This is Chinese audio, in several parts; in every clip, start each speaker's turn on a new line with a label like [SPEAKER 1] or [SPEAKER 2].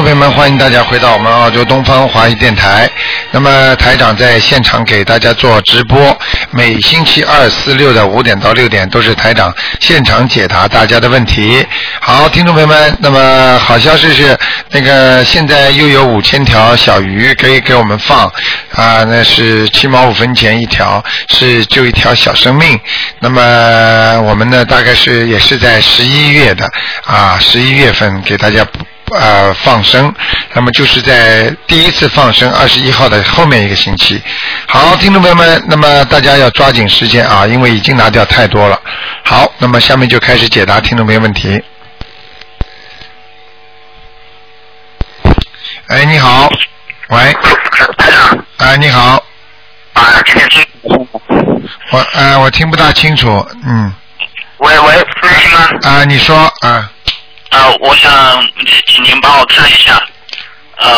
[SPEAKER 1] 朋友们，欢迎大家回到我们澳洲东方华语电台。那么台长在现场给大家做直播，每星期二、四、六的五点到六点都是台长现场解答大家的问题。好，听众朋友们，那么好消息是，那个现在又有五千条小鱼可以给我们放啊，那是七毛五分钱一条，是救一条小生命。那么我们呢，大概是也是在十一月的啊，十一月份给大家。呃放生，那么就是在第一次放生二十一号的后面一个星期。好，听众朋友们，那么大家要抓紧时间啊，因为已经拿掉太多了。好，那么下面就开始解答听众朋友问题。哎，你好，喂，
[SPEAKER 2] 台长
[SPEAKER 1] 哎，你好，
[SPEAKER 2] 啊，这个是，
[SPEAKER 1] 我呃我听不大清楚，嗯，
[SPEAKER 2] 喂喂，能听吗？
[SPEAKER 1] 啊、你说啊、
[SPEAKER 2] 呃，我想请您帮我看一下，呃，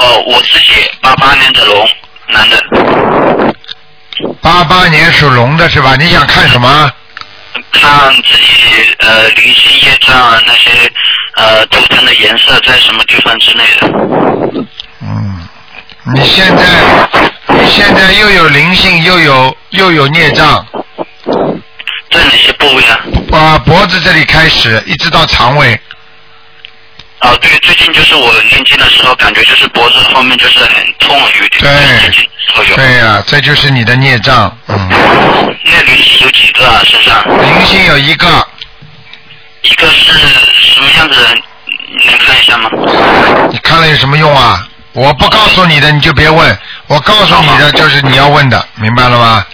[SPEAKER 2] 呃，我自己八八年的龙，男的，
[SPEAKER 1] 八八年属龙的是吧？你想看什么？
[SPEAKER 2] 看自己呃灵性业障啊那些呃图腾的颜色在什么地方之类的。
[SPEAKER 1] 嗯，你现在你现在又有灵性，又有又有孽障，
[SPEAKER 2] 在哪些部位啊？
[SPEAKER 1] 啊，脖子这里开始，一直到肠胃，
[SPEAKER 2] 哦，对，最近就是我念经的时候，感觉就是脖子后面就是很痛，有一点
[SPEAKER 1] 对
[SPEAKER 2] 念经的时候有。
[SPEAKER 1] 对呀、这就是你的孽障，嗯，
[SPEAKER 2] 那灵性有几个啊？身上？
[SPEAKER 1] 灵性有一个，
[SPEAKER 2] 一个是什么样子的？你能看一下吗？
[SPEAKER 1] 你看了有什么用啊？我不告诉你的，你就别问，我告诉你的就是你要问的，明白了吗？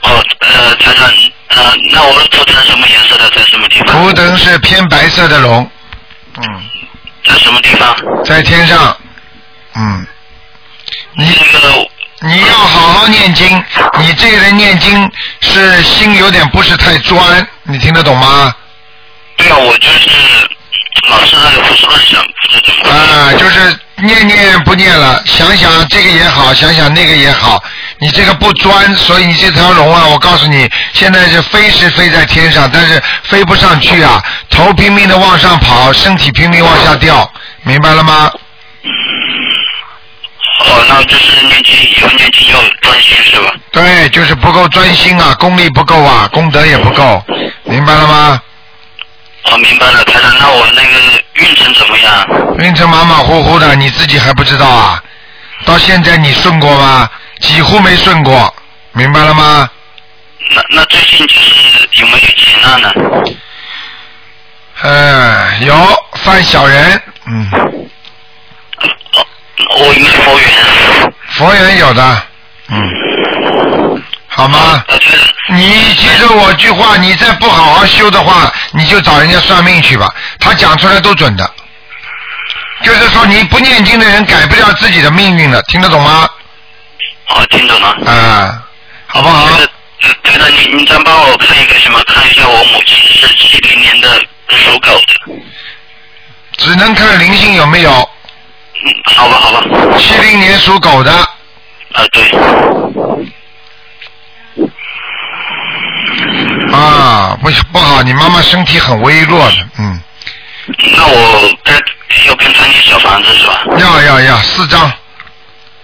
[SPEAKER 2] 哦，呃，台长，呃，那我涂成什么颜色的，在什么地方？
[SPEAKER 1] 图腾是偏白色的龙，嗯，
[SPEAKER 2] 在什么地方？
[SPEAKER 1] 在天上，嗯，你
[SPEAKER 2] 那个，
[SPEAKER 1] 你要好好念经，你这个人念经是心有点不是太专，你听得懂吗？
[SPEAKER 2] 对啊，我就是老是那个胡思乱想，不知怎么。
[SPEAKER 1] 啊，就是念念不念了，想想这个也好，想想那个也好，你这个不专，所以你这条龙啊，我告诉你，现在是飞是飞在天上，但是飞不上去啊，头拼命的往上跑，身体拼命往下掉，明白了吗？
[SPEAKER 2] 哦，那就是念经，以后念经要专心是吧？
[SPEAKER 1] 对，就是不够专心啊，功力不够啊，功德也不够，明白了吗？
[SPEAKER 2] 哦，明白了，台长，那我那个运程怎么样？
[SPEAKER 1] 运程马马虎虎的，你自己还不知道啊？到现在你顺过吗？几乎没顺过，明白了吗？
[SPEAKER 2] 那那最近就是有没有劫难呢？
[SPEAKER 1] 嗯，有犯小人，嗯，
[SPEAKER 2] 哦，我有没有佛缘？
[SPEAKER 1] 佛缘有的，嗯，好吗？
[SPEAKER 2] 呃，台长
[SPEAKER 1] 你记住我句话，你再不好好修的话，你就找人家算命去吧，他讲出来都准的。就是说，你不念经的人改不了自己的命运了，听得懂吗？
[SPEAKER 2] 哦，听懂了。
[SPEAKER 1] 啊、好不好？
[SPEAKER 2] 呃对了，你你再帮我看一个什么？看一下我母亲是七零年的属狗的。
[SPEAKER 1] 只能看灵性有没有。
[SPEAKER 2] 嗯，好吧，好吧。
[SPEAKER 1] 七零年属狗的，
[SPEAKER 2] 啊，对。
[SPEAKER 1] 啊，不不好，你妈妈身体很微弱的，嗯，
[SPEAKER 2] 那我该要跟他念小房子是吧？
[SPEAKER 1] 要要要四张，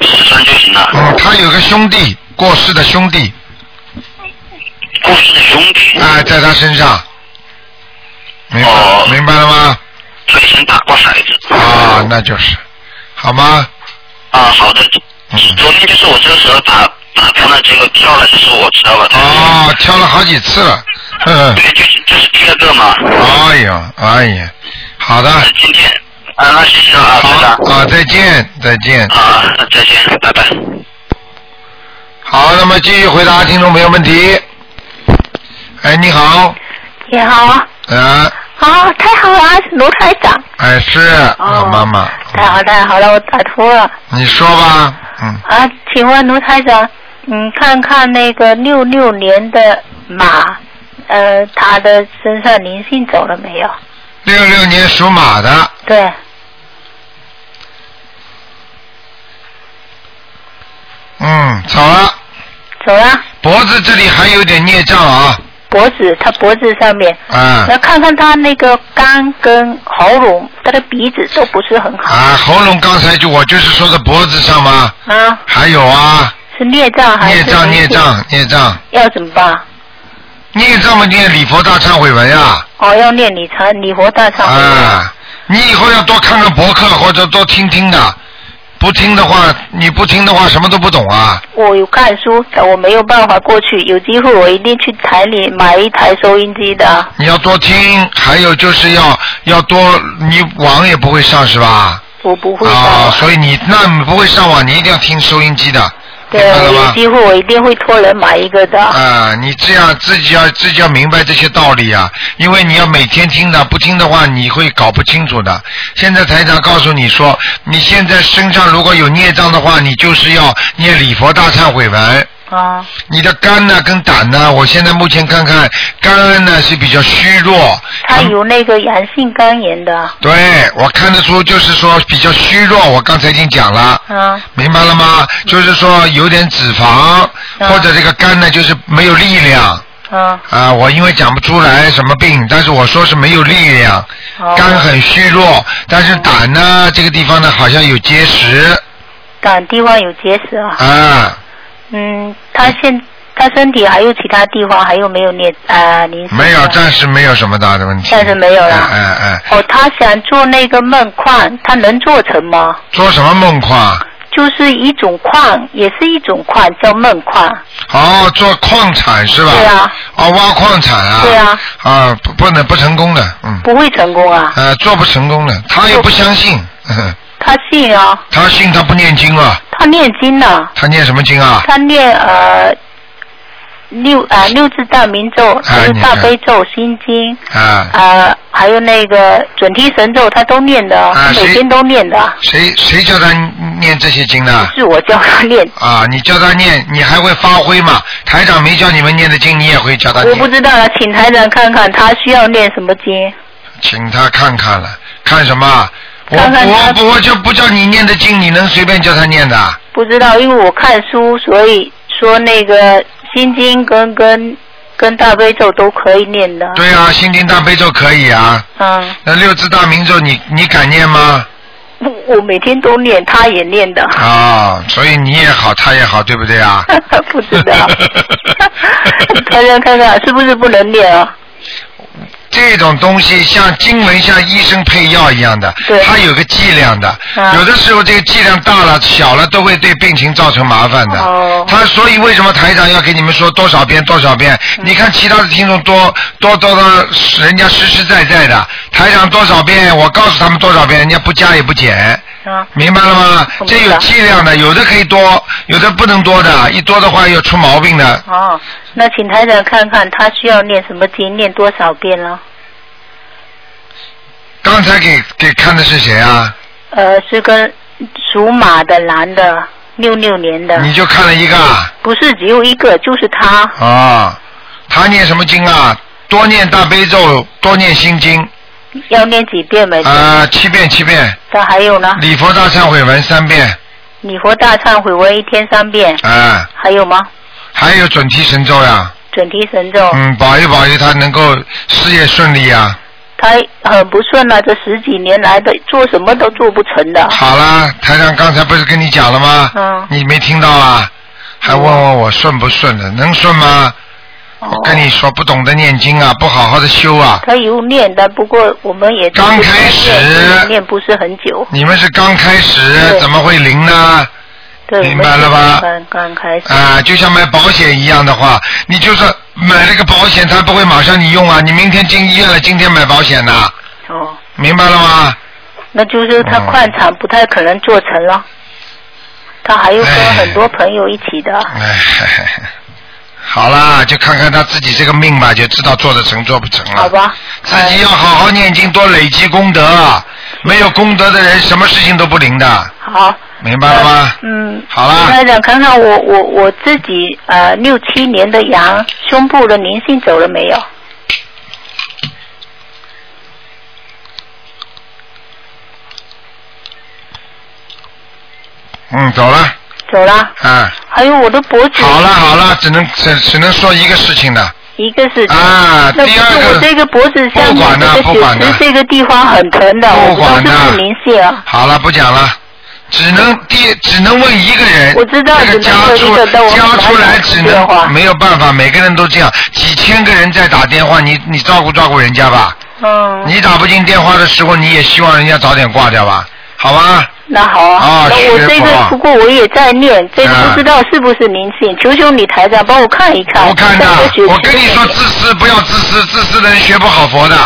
[SPEAKER 2] 十三就行了。
[SPEAKER 1] 嗯，他有个兄弟，过世的兄弟，
[SPEAKER 2] 过世的兄弟。
[SPEAKER 1] 啊、在他身上，明白、
[SPEAKER 2] 哦
[SPEAKER 1] 明白了吗？
[SPEAKER 2] 他以前打过孩子。
[SPEAKER 1] 啊，那就是，好吗？
[SPEAKER 2] 啊，好的。
[SPEAKER 1] 嗯
[SPEAKER 2] 昨天就是我这个时候打打他了，结果跳了，就是我知道吧？
[SPEAKER 1] 哦，跳了好几次了，嗯，
[SPEAKER 2] 对，就是就是第二个嘛。
[SPEAKER 1] 哎呀哎呀，好的，
[SPEAKER 2] 呃今天啊，那谢谢了啊，班长。
[SPEAKER 1] 啊，再见再见，
[SPEAKER 2] 啊，那再见，拜拜。
[SPEAKER 1] 好，那么继续回答听众朋友问题。哎，你好，
[SPEAKER 3] 你好，
[SPEAKER 1] 呃，
[SPEAKER 4] 哦
[SPEAKER 3] 好，太好了，卢台长。
[SPEAKER 1] 哎是我妈妈，
[SPEAKER 4] 哎
[SPEAKER 3] 太好太好了，我打通了
[SPEAKER 1] 你说吧，嗯，
[SPEAKER 3] 啊！请问卢台长，你看看那个六六年的马，呃，它的身上灵性走了没有？
[SPEAKER 1] 六六年属马的，
[SPEAKER 3] 对，
[SPEAKER 1] 嗯，走了，
[SPEAKER 3] 走了。
[SPEAKER 1] 嗯脖子这里还有点孽障啊，
[SPEAKER 4] 脖子，他脖子上面，
[SPEAKER 1] 啊
[SPEAKER 4] 那看看他那个肝跟喉咙，他的鼻子都不是很好
[SPEAKER 1] 啊，喉咙刚才就我就是说的脖子上吗？
[SPEAKER 4] 啊，
[SPEAKER 1] 还有啊，
[SPEAKER 4] 是孽障还
[SPEAKER 1] 孽
[SPEAKER 4] 是
[SPEAKER 1] 障
[SPEAKER 4] 灵
[SPEAKER 1] 孽
[SPEAKER 4] 性？
[SPEAKER 1] 障孽障，
[SPEAKER 4] 要怎么办？
[SPEAKER 1] 孽障嘛念礼佛大忏悔文呀、
[SPEAKER 4] 哦，要念礼忏礼佛大忏
[SPEAKER 1] 啊，
[SPEAKER 4] 悔文。
[SPEAKER 1] 你以后要多看看博客或者多听听的，不听的话你不听的话什么都不懂啊。
[SPEAKER 4] 我有看书，但我没有办法过去。有机会我一定去台里买一台收音机的。
[SPEAKER 1] 你要多听，还有就是要要多，你网也不会上是吧？
[SPEAKER 4] 我不会的，
[SPEAKER 1] 啊，所以你那你不会上网，你一定要听收音机的，明
[SPEAKER 4] 对，
[SPEAKER 1] 白了
[SPEAKER 4] 有
[SPEAKER 1] 吗？
[SPEAKER 4] 机会我一定会托人买一个的。
[SPEAKER 1] 啊，你这样自己要自己要明白这些道理啊，因为你要每天听的，不听的话你会搞不清楚的。现在台长告诉你说，你现在身上如果有孽障的话，你就是要念礼佛大忏悔文。
[SPEAKER 4] 啊，
[SPEAKER 1] 你的肝呢跟胆呢，我现在目前看看肝呢是比较虚弱，嗯
[SPEAKER 4] 他有那个阳性肝炎的。
[SPEAKER 1] 对，我看得出，就是说比较虚弱。我刚才已经讲了，
[SPEAKER 4] 啊
[SPEAKER 1] 明白了吗？就是说有点脂肪，
[SPEAKER 4] 嗯
[SPEAKER 1] 或者这个肝呢，就是没有力量
[SPEAKER 4] 啊，
[SPEAKER 1] 啊。我因为讲不出来什么病，但是我说是没有力量，
[SPEAKER 4] 哦嗯
[SPEAKER 1] 肝很虚弱，但是胆呢这个地方呢好像有结石
[SPEAKER 4] 胆地方有结石啊。
[SPEAKER 1] 啊。
[SPEAKER 4] 嗯，他现他身体还有其他地方还有没有孽啊？您
[SPEAKER 1] 没有，暂时没有什么大的问题。
[SPEAKER 4] 暂时没有了
[SPEAKER 1] 哎哎哎，
[SPEAKER 4] 哦，他想做那个梦框，他能做成吗？
[SPEAKER 1] 做什么梦矿？
[SPEAKER 4] 就是一种矿，也是一种矿，叫梦框。
[SPEAKER 1] 哦，做矿产是吧？
[SPEAKER 4] 对啊。
[SPEAKER 1] 哦，挖矿产啊。
[SPEAKER 4] 对啊。
[SPEAKER 1] 啊，不不能不成功的，嗯。
[SPEAKER 4] 不会成功啊，
[SPEAKER 1] 呃，做不成功的，他也不相信，
[SPEAKER 4] 他信啊，
[SPEAKER 1] 他信他不念经啊了，
[SPEAKER 4] 他念经呢、
[SPEAKER 1] 他念什么经 啊？
[SPEAKER 4] 他念呃六啊、六字大明咒、
[SPEAKER 1] 哎
[SPEAKER 4] 六
[SPEAKER 1] 你
[SPEAKER 4] 字大
[SPEAKER 1] 看
[SPEAKER 4] 悲咒、心经
[SPEAKER 1] 啊，
[SPEAKER 4] 呃，还有那个准提神咒，他都念的，
[SPEAKER 1] 啊
[SPEAKER 4] 他每
[SPEAKER 1] 谁
[SPEAKER 4] 天都念的，啊
[SPEAKER 1] 谁谁叫他念这些经的？
[SPEAKER 4] 是我教他念，
[SPEAKER 1] 啊，你叫他念，你还会发挥嘛？台长没教你们念的经，你也会教他
[SPEAKER 4] 我不
[SPEAKER 1] 啊念，
[SPEAKER 4] 知道了，请台长看看他需要念什么经。
[SPEAKER 1] 请他看看了，看什么？我
[SPEAKER 4] 看看
[SPEAKER 1] 我
[SPEAKER 4] 他
[SPEAKER 1] 不我就不叫你念的经，你能随便叫他念的？
[SPEAKER 4] 不知道，因为我看书，所以说那个心经跟跟跟大悲咒都可以念的。
[SPEAKER 1] 对啊，心经大悲咒可以啊，
[SPEAKER 4] 嗯，
[SPEAKER 1] 那六字大明咒你你敢念吗？
[SPEAKER 4] 我我每天都念，他也念的。
[SPEAKER 1] 啊、所以你也好，他也好，对不对 啊？
[SPEAKER 4] 不知道，大家看看是不是不能念啊？
[SPEAKER 1] 这种东西像经文像医生配药一样的
[SPEAKER 4] 对，
[SPEAKER 1] 它有个剂量的，
[SPEAKER 4] 啊
[SPEAKER 1] 有的时候这个剂量大了小了都会对病情造成麻烦的。
[SPEAKER 4] 哦
[SPEAKER 1] 他所以为什么台长要给你们说多少遍多少遍？
[SPEAKER 4] 嗯
[SPEAKER 1] 你看其他的听众多多多多，人家实实在在的，台长多少遍，我告诉他们多少遍，人家不加也不减。
[SPEAKER 4] 啊，
[SPEAKER 1] 明白了吗？
[SPEAKER 4] 我
[SPEAKER 1] 这
[SPEAKER 4] 明
[SPEAKER 1] 有
[SPEAKER 4] 白
[SPEAKER 1] 剂量的，有的可以多，有的不能多的，一多的话要出毛病的。
[SPEAKER 4] 哦，那请台长看看他需要念什么经，念多少遍了？
[SPEAKER 1] 刚才给给看的是谁啊？
[SPEAKER 4] 呃，是跟属马的男的，六六年的，
[SPEAKER 1] 你就看了一个啊？
[SPEAKER 4] 不是只有一个，就是他。
[SPEAKER 1] 啊，他念什么经啊？多念大悲咒，多念心经，
[SPEAKER 4] 要念几遍每天？
[SPEAKER 1] 啊、七遍七遍，
[SPEAKER 4] 他还有呢？
[SPEAKER 1] 礼佛大忏悔文三遍，
[SPEAKER 4] 礼佛大忏悔文一天三遍，
[SPEAKER 1] 啊、
[SPEAKER 4] 还有吗？
[SPEAKER 1] 还有准提神咒呀，
[SPEAKER 4] 准提神咒，
[SPEAKER 1] 嗯，保佑保佑他能够事业顺利呀。
[SPEAKER 4] 他很不顺啊了，这十几年来的做什么都做不成的。
[SPEAKER 1] 好啦，台长刚才不是跟你讲了吗？
[SPEAKER 4] 哦嗯
[SPEAKER 1] 你没听到啊？还问问我顺不顺的，能顺吗？
[SPEAKER 4] 嗯哦
[SPEAKER 1] 我跟你说，不懂得念经啊，不好好的修啊，
[SPEAKER 4] 他有念的，不过我们也
[SPEAKER 1] 刚开始
[SPEAKER 4] 念不是很久，
[SPEAKER 1] 你们是刚开始，
[SPEAKER 4] 对
[SPEAKER 1] 怎么会灵呢？
[SPEAKER 4] 对，
[SPEAKER 1] 明白了吧
[SPEAKER 4] 我们刚刚开始，
[SPEAKER 1] 啊，就像买保险一样的话，你就是买了个保险，它不会马上你用啊，你明天进医院了，今天买保险呐、
[SPEAKER 4] 哦，
[SPEAKER 1] 明白了吗？
[SPEAKER 4] 那就是他矿场不太可能做成了，他还有跟很多朋友一起的，
[SPEAKER 1] 哎， 嘿嘿嘿好啦，就看看他自己这个命吧，就知道做得成做不成了。
[SPEAKER 4] 好，吧？
[SPEAKER 1] 自己要好好念经，多累积功德。没有功德的人，什么事情都不灵的，
[SPEAKER 4] 好，
[SPEAKER 1] 明白了吗？
[SPEAKER 4] 嗯，
[SPEAKER 1] 好啦
[SPEAKER 4] 台长，看看我我我自己呃六七年的羊胸部的灵性走了没有？
[SPEAKER 1] 嗯，走了，
[SPEAKER 4] 走了，
[SPEAKER 1] 啊，
[SPEAKER 4] 还有我的脖子，
[SPEAKER 1] 好了好了，只能只只能说一个事情的，
[SPEAKER 4] 一个是
[SPEAKER 1] 啊
[SPEAKER 4] 那不
[SPEAKER 1] 第
[SPEAKER 4] 是
[SPEAKER 1] 二个
[SPEAKER 4] 我这个脖子下
[SPEAKER 1] 不管
[SPEAKER 4] 面
[SPEAKER 1] 呐
[SPEAKER 4] 这个
[SPEAKER 1] 不
[SPEAKER 4] 血
[SPEAKER 1] 管呐
[SPEAKER 4] 池这个地方很疼的，我
[SPEAKER 1] 不
[SPEAKER 4] 不知道
[SPEAKER 1] 管
[SPEAKER 4] 是不
[SPEAKER 1] 呐
[SPEAKER 4] 是明显啊。
[SPEAKER 1] 好了，不讲了，只能第只能问一个人。
[SPEAKER 4] 我知道
[SPEAKER 1] 这个
[SPEAKER 4] 只
[SPEAKER 1] 加
[SPEAKER 4] 能问一
[SPEAKER 1] 出
[SPEAKER 4] 个但我
[SPEAKER 1] 加
[SPEAKER 4] 很
[SPEAKER 1] 出
[SPEAKER 4] 难
[SPEAKER 1] 来
[SPEAKER 4] 打
[SPEAKER 1] 只
[SPEAKER 4] 电话
[SPEAKER 1] 能没有办法，每个人都这样，几千个人在打电话，你你照顾照顾人家吧。
[SPEAKER 4] 嗯，
[SPEAKER 1] 你打不进电话的时候，你也希望人家早点挂掉吧，好吧？
[SPEAKER 4] 那好啊，
[SPEAKER 1] 啊
[SPEAKER 4] 那我
[SPEAKER 1] 学
[SPEAKER 4] 这
[SPEAKER 1] 佛
[SPEAKER 4] 个
[SPEAKER 1] 啊
[SPEAKER 4] 不过我也在念，这个
[SPEAKER 1] 啊
[SPEAKER 4] 不知道是不是明显，求求你台长帮我看一看。
[SPEAKER 1] 我看的
[SPEAKER 4] 在这，个
[SPEAKER 1] 我跟你
[SPEAKER 4] 学
[SPEAKER 1] 说，
[SPEAKER 4] 习
[SPEAKER 1] 自私不要自私，自私的人学不好佛的，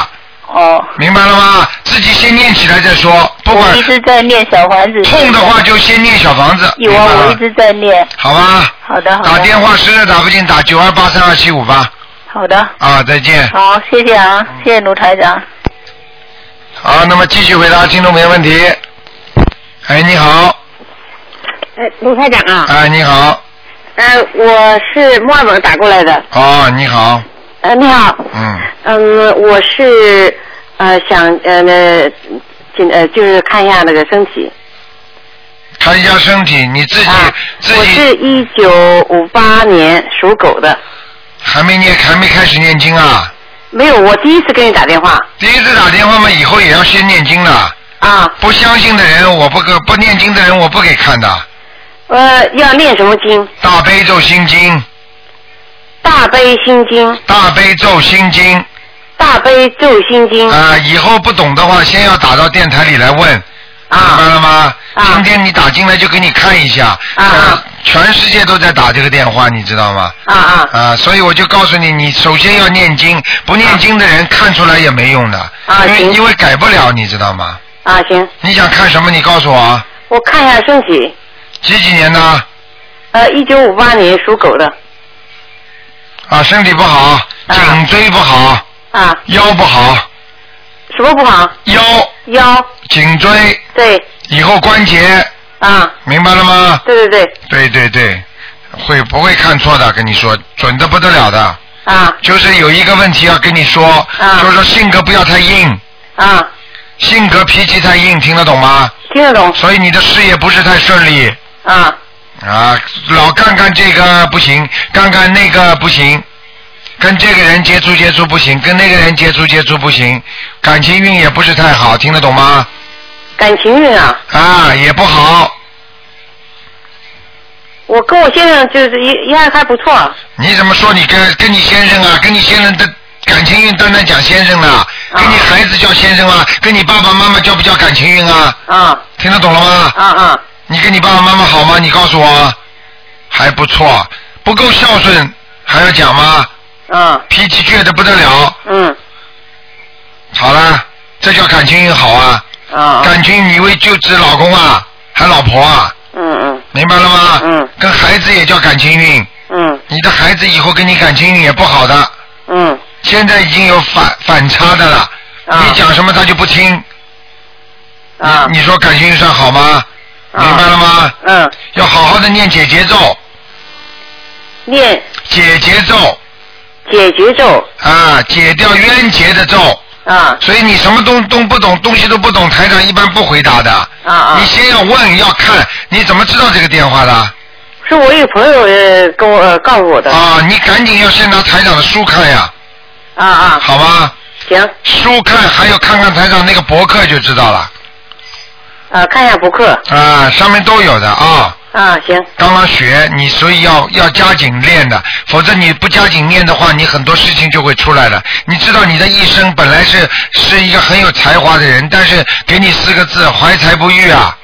[SPEAKER 4] 哦，
[SPEAKER 1] 明白了吗？自己先念起来再说，不
[SPEAKER 4] 我
[SPEAKER 1] 管
[SPEAKER 4] 一直在念小房子。
[SPEAKER 1] 痛的话就先念小房子，
[SPEAKER 4] 有
[SPEAKER 1] 明
[SPEAKER 4] 啊，
[SPEAKER 1] 白
[SPEAKER 4] 我一
[SPEAKER 1] 吗？
[SPEAKER 4] 直在念。
[SPEAKER 1] 好吧，
[SPEAKER 4] 好的，好
[SPEAKER 1] 打
[SPEAKER 4] 的，
[SPEAKER 1] 电话实在打不进，打九二八三二七五八
[SPEAKER 4] 好的，
[SPEAKER 1] 啊，再见。
[SPEAKER 4] 好，谢谢啊，
[SPEAKER 1] 嗯
[SPEAKER 4] 谢谢卢台长。
[SPEAKER 1] 好，那么继续回答听众朋友问题。哎，你好，
[SPEAKER 5] 呃，卢台长啊，
[SPEAKER 1] 哎，你好，
[SPEAKER 5] 呃，我是墨尔本打过来的。
[SPEAKER 1] 哦，你好，
[SPEAKER 5] 呃，你好，
[SPEAKER 1] 嗯，
[SPEAKER 5] 嗯，我是呃想呃那今呃就是看一下那个身体
[SPEAKER 1] 看一下身体，你自己、
[SPEAKER 5] 啊。
[SPEAKER 1] 自
[SPEAKER 5] 我是
[SPEAKER 1] 己
[SPEAKER 5] 一九五八年属狗的，
[SPEAKER 1] 还没念，还没开始念经啊？
[SPEAKER 5] 没有，我第一次给你打电话
[SPEAKER 1] 第一次打电话嘛，以后也要先念经的。
[SPEAKER 5] 啊。
[SPEAKER 1] 不相信的人，我不给；不念经的人，我不给看的。
[SPEAKER 5] 呃，要念什么经？
[SPEAKER 1] 大悲咒心经，
[SPEAKER 5] 大悲心经、
[SPEAKER 1] 大悲咒心经
[SPEAKER 5] 大悲咒心经
[SPEAKER 1] 啊、以后不懂的话，先要打到电台里来问。明白
[SPEAKER 5] 啊
[SPEAKER 1] 了吗？
[SPEAKER 5] 啊
[SPEAKER 1] 今天你打进来就给你看一下，呃
[SPEAKER 5] 啊啊
[SPEAKER 1] 全世界都在打这个电话，你知道吗？
[SPEAKER 5] 啊啊
[SPEAKER 1] 啊，所以我就告诉你，你首先要念经，不念经的人看出来也没用的，
[SPEAKER 5] 啊
[SPEAKER 1] 因为
[SPEAKER 5] 行
[SPEAKER 1] 因为改不了，你知道吗？
[SPEAKER 5] 啊！行，
[SPEAKER 1] 你想看什么？你告诉我啊，
[SPEAKER 5] 我看一下身体。
[SPEAKER 1] 几几年的？
[SPEAKER 5] 呃，一九五八年属狗的
[SPEAKER 1] 啊，身体不好，颈椎不好，
[SPEAKER 5] 啊，
[SPEAKER 1] 腰不好，
[SPEAKER 5] 什么不好？
[SPEAKER 1] 腰、
[SPEAKER 5] 腰
[SPEAKER 1] 颈椎
[SPEAKER 5] 对
[SPEAKER 1] 以后关节，
[SPEAKER 5] 啊，
[SPEAKER 1] 明白了吗？
[SPEAKER 5] 对对对
[SPEAKER 1] 对对对，会不会看错的？跟你说，准的不得了的。
[SPEAKER 5] 啊
[SPEAKER 1] 就是有一个问题要跟你说，
[SPEAKER 5] 啊
[SPEAKER 1] 就是说性格不要太硬，
[SPEAKER 5] 啊，
[SPEAKER 1] 性格脾气太硬，听得懂吗？
[SPEAKER 5] 听得懂
[SPEAKER 1] 所以你的事业不是太顺利
[SPEAKER 5] 啊
[SPEAKER 1] 啊，老干干这个不行，干干那个不行，跟这个人接触接触不行，跟那个人接触接触不行，感情运也不是太好，听得懂吗？
[SPEAKER 5] 感情运啊，
[SPEAKER 1] 啊，也不好。
[SPEAKER 5] 我跟我先生就是一一样还不错
[SPEAKER 1] 你怎么说你跟跟你先生啊，跟你先生的感情运单单讲先生了，跟你孩子叫先生啊，跟你爸爸妈妈叫不叫感情运啊？
[SPEAKER 5] 啊
[SPEAKER 1] 听得懂了吗
[SPEAKER 5] 啊？啊
[SPEAKER 1] 你跟你爸爸妈妈好吗？你告诉我，还不错，不够孝顺，还要讲吗？
[SPEAKER 5] 啊
[SPEAKER 1] 脾气倔得不得了。
[SPEAKER 5] 嗯
[SPEAKER 1] 好了，这叫感情运好啊！
[SPEAKER 5] 啊
[SPEAKER 1] 感情你为就指老公啊，还老婆啊，
[SPEAKER 5] 嗯嗯
[SPEAKER 1] 明白了吗？
[SPEAKER 5] 嗯。
[SPEAKER 1] 跟孩子也叫感情运，
[SPEAKER 5] 嗯
[SPEAKER 1] 你的孩子以后跟你感情运也不好的，
[SPEAKER 5] 嗯
[SPEAKER 1] 现在已经有反反差的了。
[SPEAKER 5] 啊
[SPEAKER 1] 你讲什么他就不听，
[SPEAKER 5] 啊
[SPEAKER 1] 你你说感情运算好吗？明白了吗？
[SPEAKER 5] 嗯
[SPEAKER 1] 要好好的念姐姐咒，
[SPEAKER 5] 念
[SPEAKER 1] 解结咒
[SPEAKER 5] 解决咒
[SPEAKER 1] 啊，解掉冤结的咒。
[SPEAKER 5] 啊
[SPEAKER 1] 所以你什么东东不懂，东西都不懂，台长一般不回答的。
[SPEAKER 5] 啊啊
[SPEAKER 1] 你，先要问，要看，你怎么知道这个电话的？
[SPEAKER 5] 是我有朋友呃跟我呃告诉我的啊
[SPEAKER 1] 啊，你赶紧要先拿台长的书看呀，
[SPEAKER 5] 啊
[SPEAKER 1] 好吗？
[SPEAKER 5] 行
[SPEAKER 1] 书看，还有看看台长那个博客就知道了。
[SPEAKER 5] 啊看一下博客
[SPEAKER 1] 啊，上面都有的啊。
[SPEAKER 5] 啊行
[SPEAKER 1] 刚刚学，你所以要要加紧练的，否则你不加紧练的话，你很多事情就会出来了。你知道你的一生本来是是一个很有才华的人，但是给你四个字怀才不遇啊，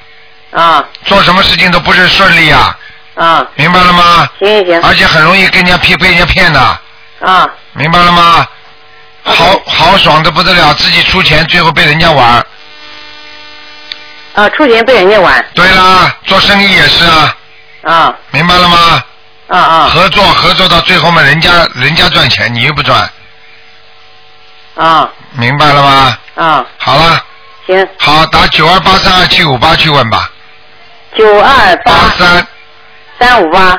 [SPEAKER 5] 啊
[SPEAKER 1] 做什么事情都不是顺利啊，
[SPEAKER 5] 啊
[SPEAKER 1] 明白了吗？
[SPEAKER 5] 行行行
[SPEAKER 1] 而且很容易跟人家骗被人家骗的，
[SPEAKER 5] 啊
[SPEAKER 1] 明白了吗？豪豪爽的不得了，自己出钱，最后被人家玩。
[SPEAKER 5] 啊出钱被人家玩
[SPEAKER 1] 对啦，做生意也是啊，
[SPEAKER 5] 啊
[SPEAKER 1] 明白了吗？
[SPEAKER 5] 啊啊
[SPEAKER 1] 合作合作到最后嘛，人家人家赚钱，你又不赚，
[SPEAKER 5] 啊
[SPEAKER 1] 明白了吗？
[SPEAKER 5] 啊
[SPEAKER 1] 好了，
[SPEAKER 5] 行
[SPEAKER 1] 好打九二八三二七五八去问吧，
[SPEAKER 5] 九二
[SPEAKER 1] 八
[SPEAKER 5] 八
[SPEAKER 1] 三
[SPEAKER 5] 三五八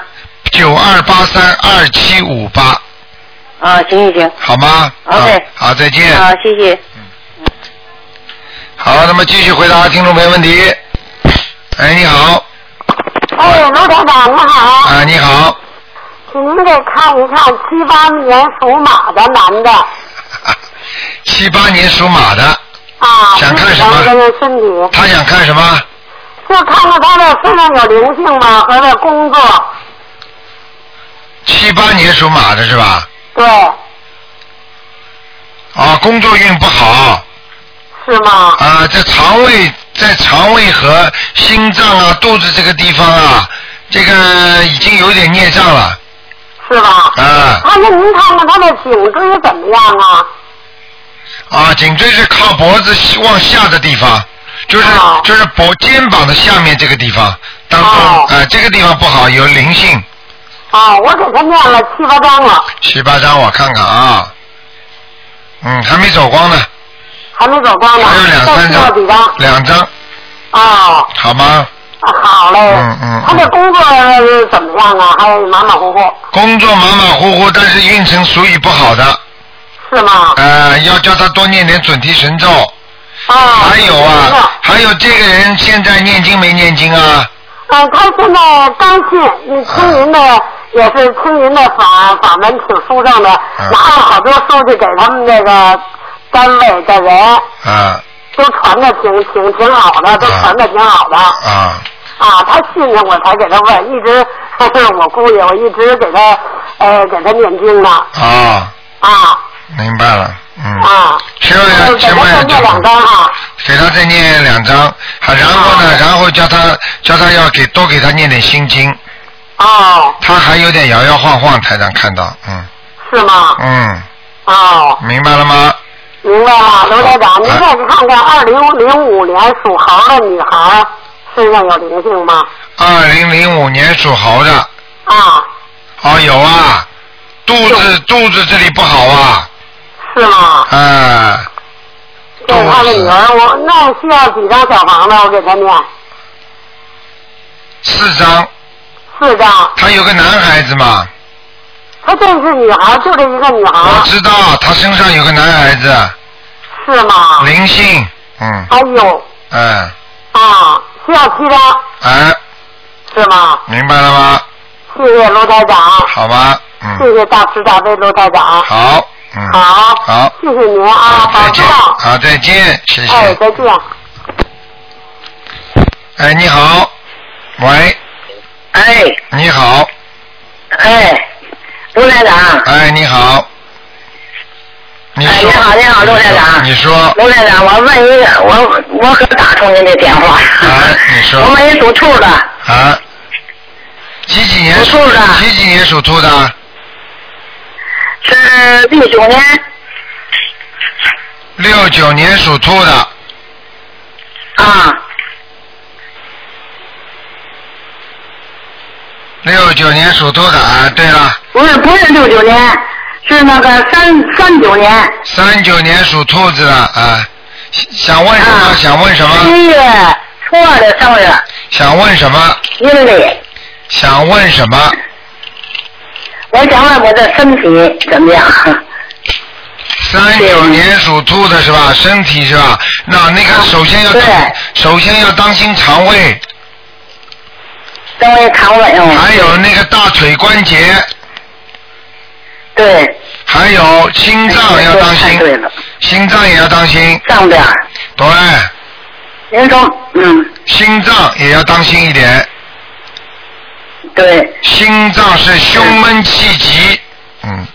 [SPEAKER 1] 九二八三二七五八，
[SPEAKER 5] 啊，行行行，
[SPEAKER 1] 好吗
[SPEAKER 5] OK
[SPEAKER 1] 啊好，再见。
[SPEAKER 5] 好，谢谢。
[SPEAKER 1] 好，那么继续回答听众朋友问题。哎，你好，
[SPEAKER 6] 哎，卢台长你好，
[SPEAKER 1] 啊，你好，
[SPEAKER 6] 请你给看一看七八年属马的男的
[SPEAKER 1] 七八年属马的，
[SPEAKER 6] 啊，
[SPEAKER 1] 想看什么
[SPEAKER 6] 这个人的身体，
[SPEAKER 1] 他想看什么？
[SPEAKER 6] 就看看他的身上有灵性吗？和他工作，
[SPEAKER 1] 七八年属马的是吧？
[SPEAKER 6] 对，
[SPEAKER 1] 啊，工作运不好
[SPEAKER 6] 是吗？
[SPEAKER 1] 啊，在肠胃在肠胃和心脏啊、肚子这个地方啊，这个已经有点孽障了
[SPEAKER 6] 是吧？
[SPEAKER 1] 啊
[SPEAKER 6] 他那您看看他的颈椎怎么样啊？
[SPEAKER 1] 啊，颈椎是靠脖子往下的地方，就是
[SPEAKER 6] 哦
[SPEAKER 1] 就是脖肩膀的下面这个地方，当中
[SPEAKER 6] 哦
[SPEAKER 1] 啊这个地方不好，有灵性。
[SPEAKER 6] 啊，我给他念了七八章了，
[SPEAKER 1] 七八张我看看啊，嗯，还没走光呢，
[SPEAKER 6] 还没走光呢，
[SPEAKER 1] 还有两
[SPEAKER 6] 再
[SPEAKER 1] 三
[SPEAKER 6] 需要几张
[SPEAKER 1] 张，？两张，
[SPEAKER 6] 哦，
[SPEAKER 1] 好吗？
[SPEAKER 6] 好嘞。
[SPEAKER 1] 嗯嗯
[SPEAKER 6] 他的工作呃怎么样啊？还马马虎虎，
[SPEAKER 1] 工作马马虎虎，但是运程属于不好的，
[SPEAKER 6] 是吗？
[SPEAKER 1] 呃，要叫他多念点准提神咒。
[SPEAKER 6] 啊，嗯
[SPEAKER 1] 还有
[SPEAKER 6] 是
[SPEAKER 1] 啊
[SPEAKER 6] 的，
[SPEAKER 1] 还有这个人现在念经没念经啊？
[SPEAKER 6] 呃，他现在刚信，你听您的、也是听您的法法门请书上的，
[SPEAKER 1] 嗯
[SPEAKER 6] 拿了好多书去给他们那个单位的人，
[SPEAKER 1] 啊
[SPEAKER 6] 都传的挺挺挺好的，都
[SPEAKER 1] 嗯
[SPEAKER 6] 传的挺好的。
[SPEAKER 1] 啊
[SPEAKER 6] 啊，他信任我才给他问，一直 我姑爷，我一直给他呃给他念经呢。
[SPEAKER 1] 啊！
[SPEAKER 6] 啊
[SPEAKER 1] 明白了，嗯，
[SPEAKER 6] 啊，
[SPEAKER 1] 千万
[SPEAKER 6] 呃
[SPEAKER 1] 要
[SPEAKER 6] 给
[SPEAKER 1] 千
[SPEAKER 6] 他
[SPEAKER 1] 万要
[SPEAKER 6] 再念两张啊。
[SPEAKER 1] 给他再念两张，好，然后呢，
[SPEAKER 6] 啊
[SPEAKER 1] 然后叫他叫他要给多给他念点心经，
[SPEAKER 6] 哦，
[SPEAKER 1] 他还有点摇摇晃晃，台上看到，嗯
[SPEAKER 6] 是吗？
[SPEAKER 1] 嗯，
[SPEAKER 6] 哦，
[SPEAKER 1] 明白了吗？
[SPEAKER 6] 明白了，刘嗯台长，您
[SPEAKER 1] 啊
[SPEAKER 6] 再去看看二零零五年属猴的女孩身上有灵性吗？
[SPEAKER 1] 二零零五年属猴的，
[SPEAKER 6] 啊，
[SPEAKER 1] 哦有啊，肚子肚子这里不好啊，
[SPEAKER 6] 是吗？
[SPEAKER 1] 啊，
[SPEAKER 6] 这是他的女儿，我那需要几张小房子？我给她念
[SPEAKER 1] 四张，
[SPEAKER 6] 四张。
[SPEAKER 1] 他有个男孩子嘛，
[SPEAKER 6] 她这是女孩，就这一个女
[SPEAKER 1] 我
[SPEAKER 6] 孩，
[SPEAKER 1] 知道他身上有个男孩
[SPEAKER 6] 啊
[SPEAKER 1] 子，
[SPEAKER 6] 是吗？
[SPEAKER 1] 灵性，嗯，
[SPEAKER 6] 哎呦，
[SPEAKER 1] 哎，
[SPEAKER 6] 啊，需要七张，
[SPEAKER 1] 哎，
[SPEAKER 6] 是吗？
[SPEAKER 1] 明白了吗？
[SPEAKER 6] 谢谢卢台长，
[SPEAKER 1] 好吧，
[SPEAKER 6] 谢
[SPEAKER 1] 嗯，
[SPEAKER 6] 谢大慈大悲卢台长，
[SPEAKER 1] 好，嗯，
[SPEAKER 6] 好，
[SPEAKER 1] 好，
[SPEAKER 6] 谢谢您啊，
[SPEAKER 1] 好，
[SPEAKER 6] 保
[SPEAKER 1] 再
[SPEAKER 6] 重
[SPEAKER 1] 见，，好，再见，谢
[SPEAKER 6] 哎，
[SPEAKER 1] 谢。
[SPEAKER 6] 再见。
[SPEAKER 1] 哎，你好，喂，
[SPEAKER 7] 哎
[SPEAKER 1] 你好，
[SPEAKER 7] 哎，陆台长，
[SPEAKER 1] 哎，你好，你
[SPEAKER 7] 哎
[SPEAKER 1] 说，
[SPEAKER 7] 你好你好陆台长
[SPEAKER 1] 你说，
[SPEAKER 7] 陆台长，我问一个，我我可打通您的电话。
[SPEAKER 1] 哎你说
[SPEAKER 7] 我问一属兔的，
[SPEAKER 1] 啊，几几年
[SPEAKER 7] 属
[SPEAKER 1] 属
[SPEAKER 7] 兔的
[SPEAKER 1] 几几年属兔的？
[SPEAKER 7] 是六九年，
[SPEAKER 1] 六九年属兔的，
[SPEAKER 7] 啊，
[SPEAKER 1] 六九年属兔的啊。对了，
[SPEAKER 7] 不是不是六九年，是那个三三九年，
[SPEAKER 1] 三九年属兔子的啊。想想问什么？
[SPEAKER 7] 啊
[SPEAKER 1] 想问什么？
[SPEAKER 7] 七月初二的生日，
[SPEAKER 1] 想问什么？
[SPEAKER 7] 阴历。
[SPEAKER 1] 想问什么？
[SPEAKER 7] 我想问我的身体怎么样？
[SPEAKER 1] 哎三九年属兔的是吧？身体是吧？那那个
[SPEAKER 7] 啊
[SPEAKER 1] 首先要
[SPEAKER 7] 对
[SPEAKER 1] 当，首先要当心肠胃，
[SPEAKER 7] 稍微肠胃
[SPEAKER 1] 还
[SPEAKER 7] 哦，
[SPEAKER 1] 有那个大腿关节，
[SPEAKER 7] 对，
[SPEAKER 1] 还有心脏要当
[SPEAKER 7] 哎
[SPEAKER 1] 心
[SPEAKER 7] 你说得太，对了，
[SPEAKER 1] 心脏也要当心，
[SPEAKER 7] 上边儿，
[SPEAKER 1] 对，
[SPEAKER 7] 您说，嗯，
[SPEAKER 1] 心脏也要当心一点，
[SPEAKER 7] 对，
[SPEAKER 1] 心脏是胸闷气急，嗯，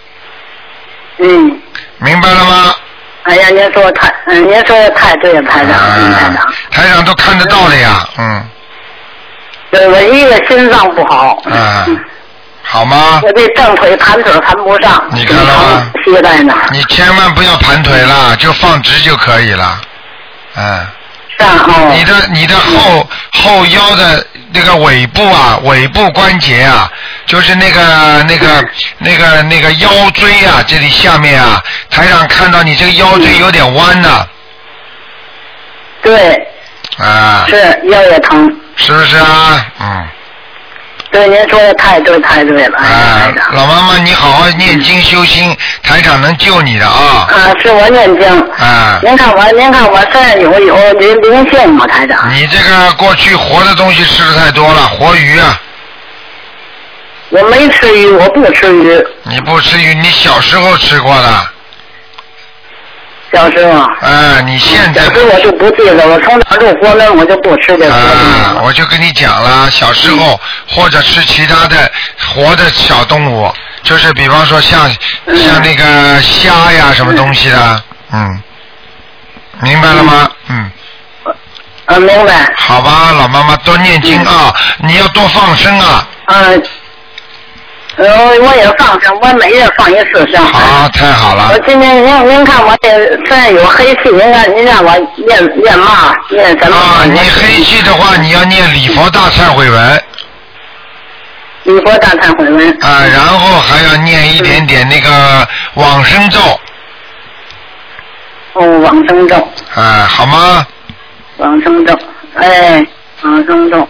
[SPEAKER 7] 嗯，
[SPEAKER 1] 明白了吗？
[SPEAKER 7] 哎呀，您说得太，嗯，您说的太对了，台长，嗯，台
[SPEAKER 1] 啊
[SPEAKER 7] 长，，
[SPEAKER 1] 台长都看得到的呀，嗯，
[SPEAKER 7] 对我一个心脏不好，
[SPEAKER 1] 啊
[SPEAKER 7] 嗯，
[SPEAKER 1] 好吗？
[SPEAKER 7] 我这正腿盘腿盘不上，
[SPEAKER 1] 你看了吗
[SPEAKER 7] 经常歇在那儿，
[SPEAKER 1] 你千万不要盘腿了，就放直就可以了，嗯。
[SPEAKER 7] 是啊，哦，
[SPEAKER 1] 你的你的后后腰的那个尾部啊，尾部关节啊，就是那个那
[SPEAKER 7] 嗯
[SPEAKER 1] 个那个那个腰椎啊，这里下面啊，台上看到你这个腰
[SPEAKER 7] 嗯
[SPEAKER 1] 椎有点弯呐、
[SPEAKER 7] 对，
[SPEAKER 1] 啊，
[SPEAKER 7] 是腰也疼，
[SPEAKER 1] 是不是啊？嗯，
[SPEAKER 7] 对，您说的太对太对了，哎呀
[SPEAKER 1] 啊
[SPEAKER 7] 台，长，嗯
[SPEAKER 1] 老妈妈，你好好念经修心，台长能救你的啊，
[SPEAKER 7] 啊，是我念经，
[SPEAKER 1] 啊，
[SPEAKER 7] 您看我，您看我身上有有灵灵性吗，台
[SPEAKER 1] 嗯
[SPEAKER 7] 长？
[SPEAKER 1] 你这个过去活的东西吃的太多了，活鱼啊，
[SPEAKER 5] 我没吃鱼，我不吃鱼。
[SPEAKER 1] 你不吃鱼，你小时候吃过的，
[SPEAKER 5] 小时候啊，
[SPEAKER 1] 啊，你现
[SPEAKER 5] 小
[SPEAKER 1] 在
[SPEAKER 5] 时候我就不记得，我从哪入锅呢，我就不吃这锅
[SPEAKER 1] 啊，
[SPEAKER 5] 了。
[SPEAKER 1] 我就跟你讲了，小时候或者吃其他的活的小动物，就是比方说像像那个虾呀什么东西的，嗯，明白了吗？嗯，
[SPEAKER 5] 啊，明白。
[SPEAKER 1] 好吧，老妈妈多念经啊，你要多放生啊，
[SPEAKER 5] 嗯，呃，我也放生，我每月放一次生。
[SPEAKER 1] 好，太好了
[SPEAKER 5] 我，今天您您看我这身上有黑气，您看您让我念念嘛念什么？
[SPEAKER 1] 啊，你黑气的话，你要念礼佛大忏悔文
[SPEAKER 5] 礼佛大忏悔文。
[SPEAKER 1] 啊，然后还要念一点点那个往生咒
[SPEAKER 5] 哦，往生咒，
[SPEAKER 1] 啊，好吗？
[SPEAKER 5] 往生咒，哎，往生咒，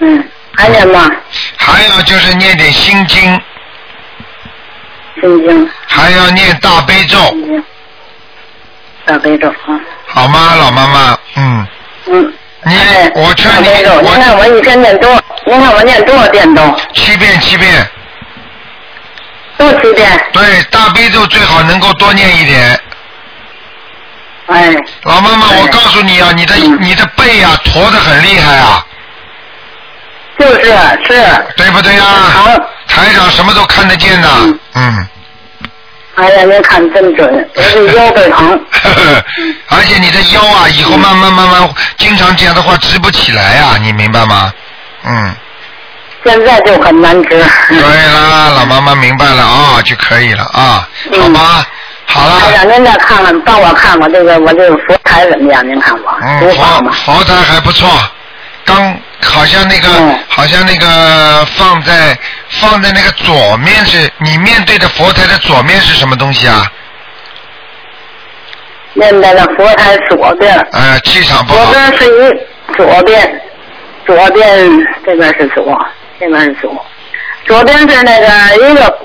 [SPEAKER 5] 嗯，还念嘛
[SPEAKER 1] 还有就是念点心经。
[SPEAKER 5] 心经，
[SPEAKER 1] 还要念大悲咒，
[SPEAKER 5] 心经，大悲咒啊，
[SPEAKER 1] 好吗，老妈妈？嗯，
[SPEAKER 5] 嗯。
[SPEAKER 1] 你
[SPEAKER 5] 哎
[SPEAKER 1] 我劝
[SPEAKER 5] 大
[SPEAKER 1] 你
[SPEAKER 5] 悲咒，您看
[SPEAKER 1] 我
[SPEAKER 5] 我一天念多，您看我念多少遍都，
[SPEAKER 1] 七遍七遍，
[SPEAKER 5] 都七遍，
[SPEAKER 1] 对，大悲咒最好能够多念一点。
[SPEAKER 5] 哎，
[SPEAKER 1] 老妈妈，
[SPEAKER 5] 哎
[SPEAKER 1] 我告诉你啊，你的
[SPEAKER 5] 嗯
[SPEAKER 1] 你的背啊驼得很厉害啊，
[SPEAKER 5] 就是是，
[SPEAKER 1] 对不对啊？
[SPEAKER 5] 好。
[SPEAKER 1] 台长什么都看得见的，嗯，
[SPEAKER 5] 哎呀，您看真准，我这腰背疼。
[SPEAKER 1] 而且你的腰啊，以后慢慢慢慢，经常这样的话直不起来啊，你明白吗？嗯，
[SPEAKER 5] 现在就很难吃。
[SPEAKER 1] 对啦，老妈妈明白了啊、就可以了啊，好吧，好了。
[SPEAKER 5] 嗯哎呀，您再看看，帮我看看这个我这个佛台怎么样？您看我
[SPEAKER 1] 嗯，
[SPEAKER 5] 多啊好
[SPEAKER 1] 佛
[SPEAKER 5] 吗？
[SPEAKER 1] 佛台还不错，刚好像那个、
[SPEAKER 5] 嗯
[SPEAKER 1] 好像那个放在放在那个左面是，你面对的佛台的左面是什么东西啊？
[SPEAKER 5] 面在那佛台左边，
[SPEAKER 1] 呃，气场不
[SPEAKER 5] 左
[SPEAKER 1] 好，
[SPEAKER 5] 边是一左边，左边这边是左，这边是左，左边是那个一个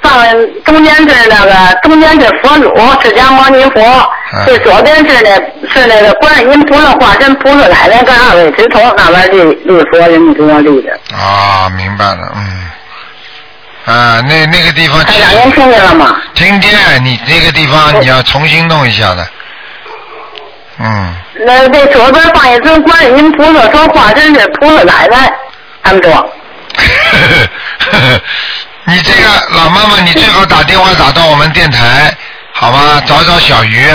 [SPEAKER 5] 放中间是那个中间是佛祖释迦牟尼佛，
[SPEAKER 1] 嗯
[SPEAKER 5] 这左边是那是那个观世音菩萨化身菩萨海边跟二位直头那边立立佛人多立着。
[SPEAKER 1] 啊、明白了，嗯，啊、那那个地方
[SPEAKER 5] 台
[SPEAKER 1] 其
[SPEAKER 5] 长，您
[SPEAKER 1] 实
[SPEAKER 5] 听见了吗？
[SPEAKER 1] 听见你那个地方你要重新弄一下的，嗯，
[SPEAKER 5] 那这左边放一尊观世音菩萨，说化身是菩萨奶奶，他们说。
[SPEAKER 1] 你这个老妈妈，你最好打电话打到我们电台，好吗？找找小鱼，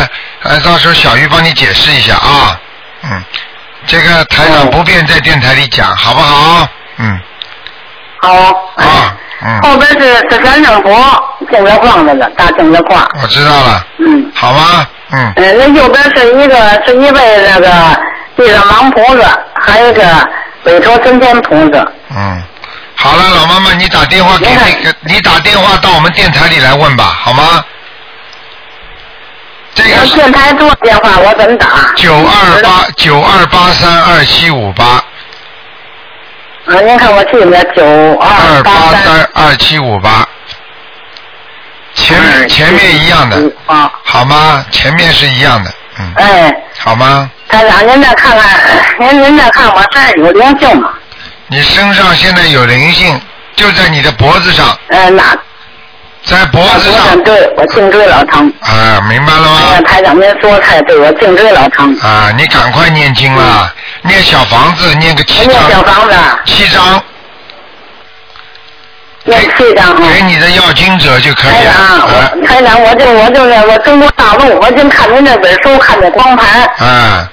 [SPEAKER 1] 呃，到时候小鱼帮你解释一下啊。嗯，这个台长不便在电台里讲，好不好？嗯，
[SPEAKER 5] 好。
[SPEAKER 1] 啊，嗯，
[SPEAKER 5] 后边是是三圣佛，正月框那个大正月框。
[SPEAKER 1] 我知道了，
[SPEAKER 5] 嗯。
[SPEAKER 1] 好吗？嗯，
[SPEAKER 5] 呃，那右边是一个是一位那个地藏王菩萨，还有一个韦陀真天菩萨。
[SPEAKER 1] 嗯，好了，老妈妈，你打电话给
[SPEAKER 5] 明白
[SPEAKER 1] 那个，你打电话到我们电台里来问吧，好吗？这个
[SPEAKER 5] 那
[SPEAKER 1] 是
[SPEAKER 5] 电台多少电话我怎么打？
[SPEAKER 1] 九二八九二八三二七五八。
[SPEAKER 5] 啊，您看我记不得九
[SPEAKER 1] 二
[SPEAKER 5] 二
[SPEAKER 1] 八
[SPEAKER 5] 三。
[SPEAKER 1] 三二七五八，前面前面一样的，
[SPEAKER 5] 嗯啊，
[SPEAKER 1] 好吗？前面是一样的，嗯，
[SPEAKER 5] 哎，
[SPEAKER 1] 好吗？
[SPEAKER 5] 台长，您再看看， 您您再看我身上有灵性吗？
[SPEAKER 1] 你身上现在有灵性，就在你的脖子上，
[SPEAKER 5] 呃，哪
[SPEAKER 1] 在脖
[SPEAKER 5] 啊我
[SPEAKER 1] 子上
[SPEAKER 5] 颈椎，我颈椎老疼。
[SPEAKER 1] 啊，明白了
[SPEAKER 5] 哎呀，
[SPEAKER 1] 吗？
[SPEAKER 5] 台长您说太对，我颈椎老疼。
[SPEAKER 1] 啊，你赶快念经啦，念小房子，念个
[SPEAKER 5] 我
[SPEAKER 1] 七
[SPEAKER 5] 念小
[SPEAKER 1] 章，
[SPEAKER 5] 房子，
[SPEAKER 1] 七章
[SPEAKER 5] 念七张哈。
[SPEAKER 1] 给你的要经者就可以
[SPEAKER 5] 台
[SPEAKER 1] 了。
[SPEAKER 5] 长，
[SPEAKER 1] 啊
[SPEAKER 5] 哎我台长，我就我就那我中国大陆，我净看您这本书，看这光盘，
[SPEAKER 1] 啊，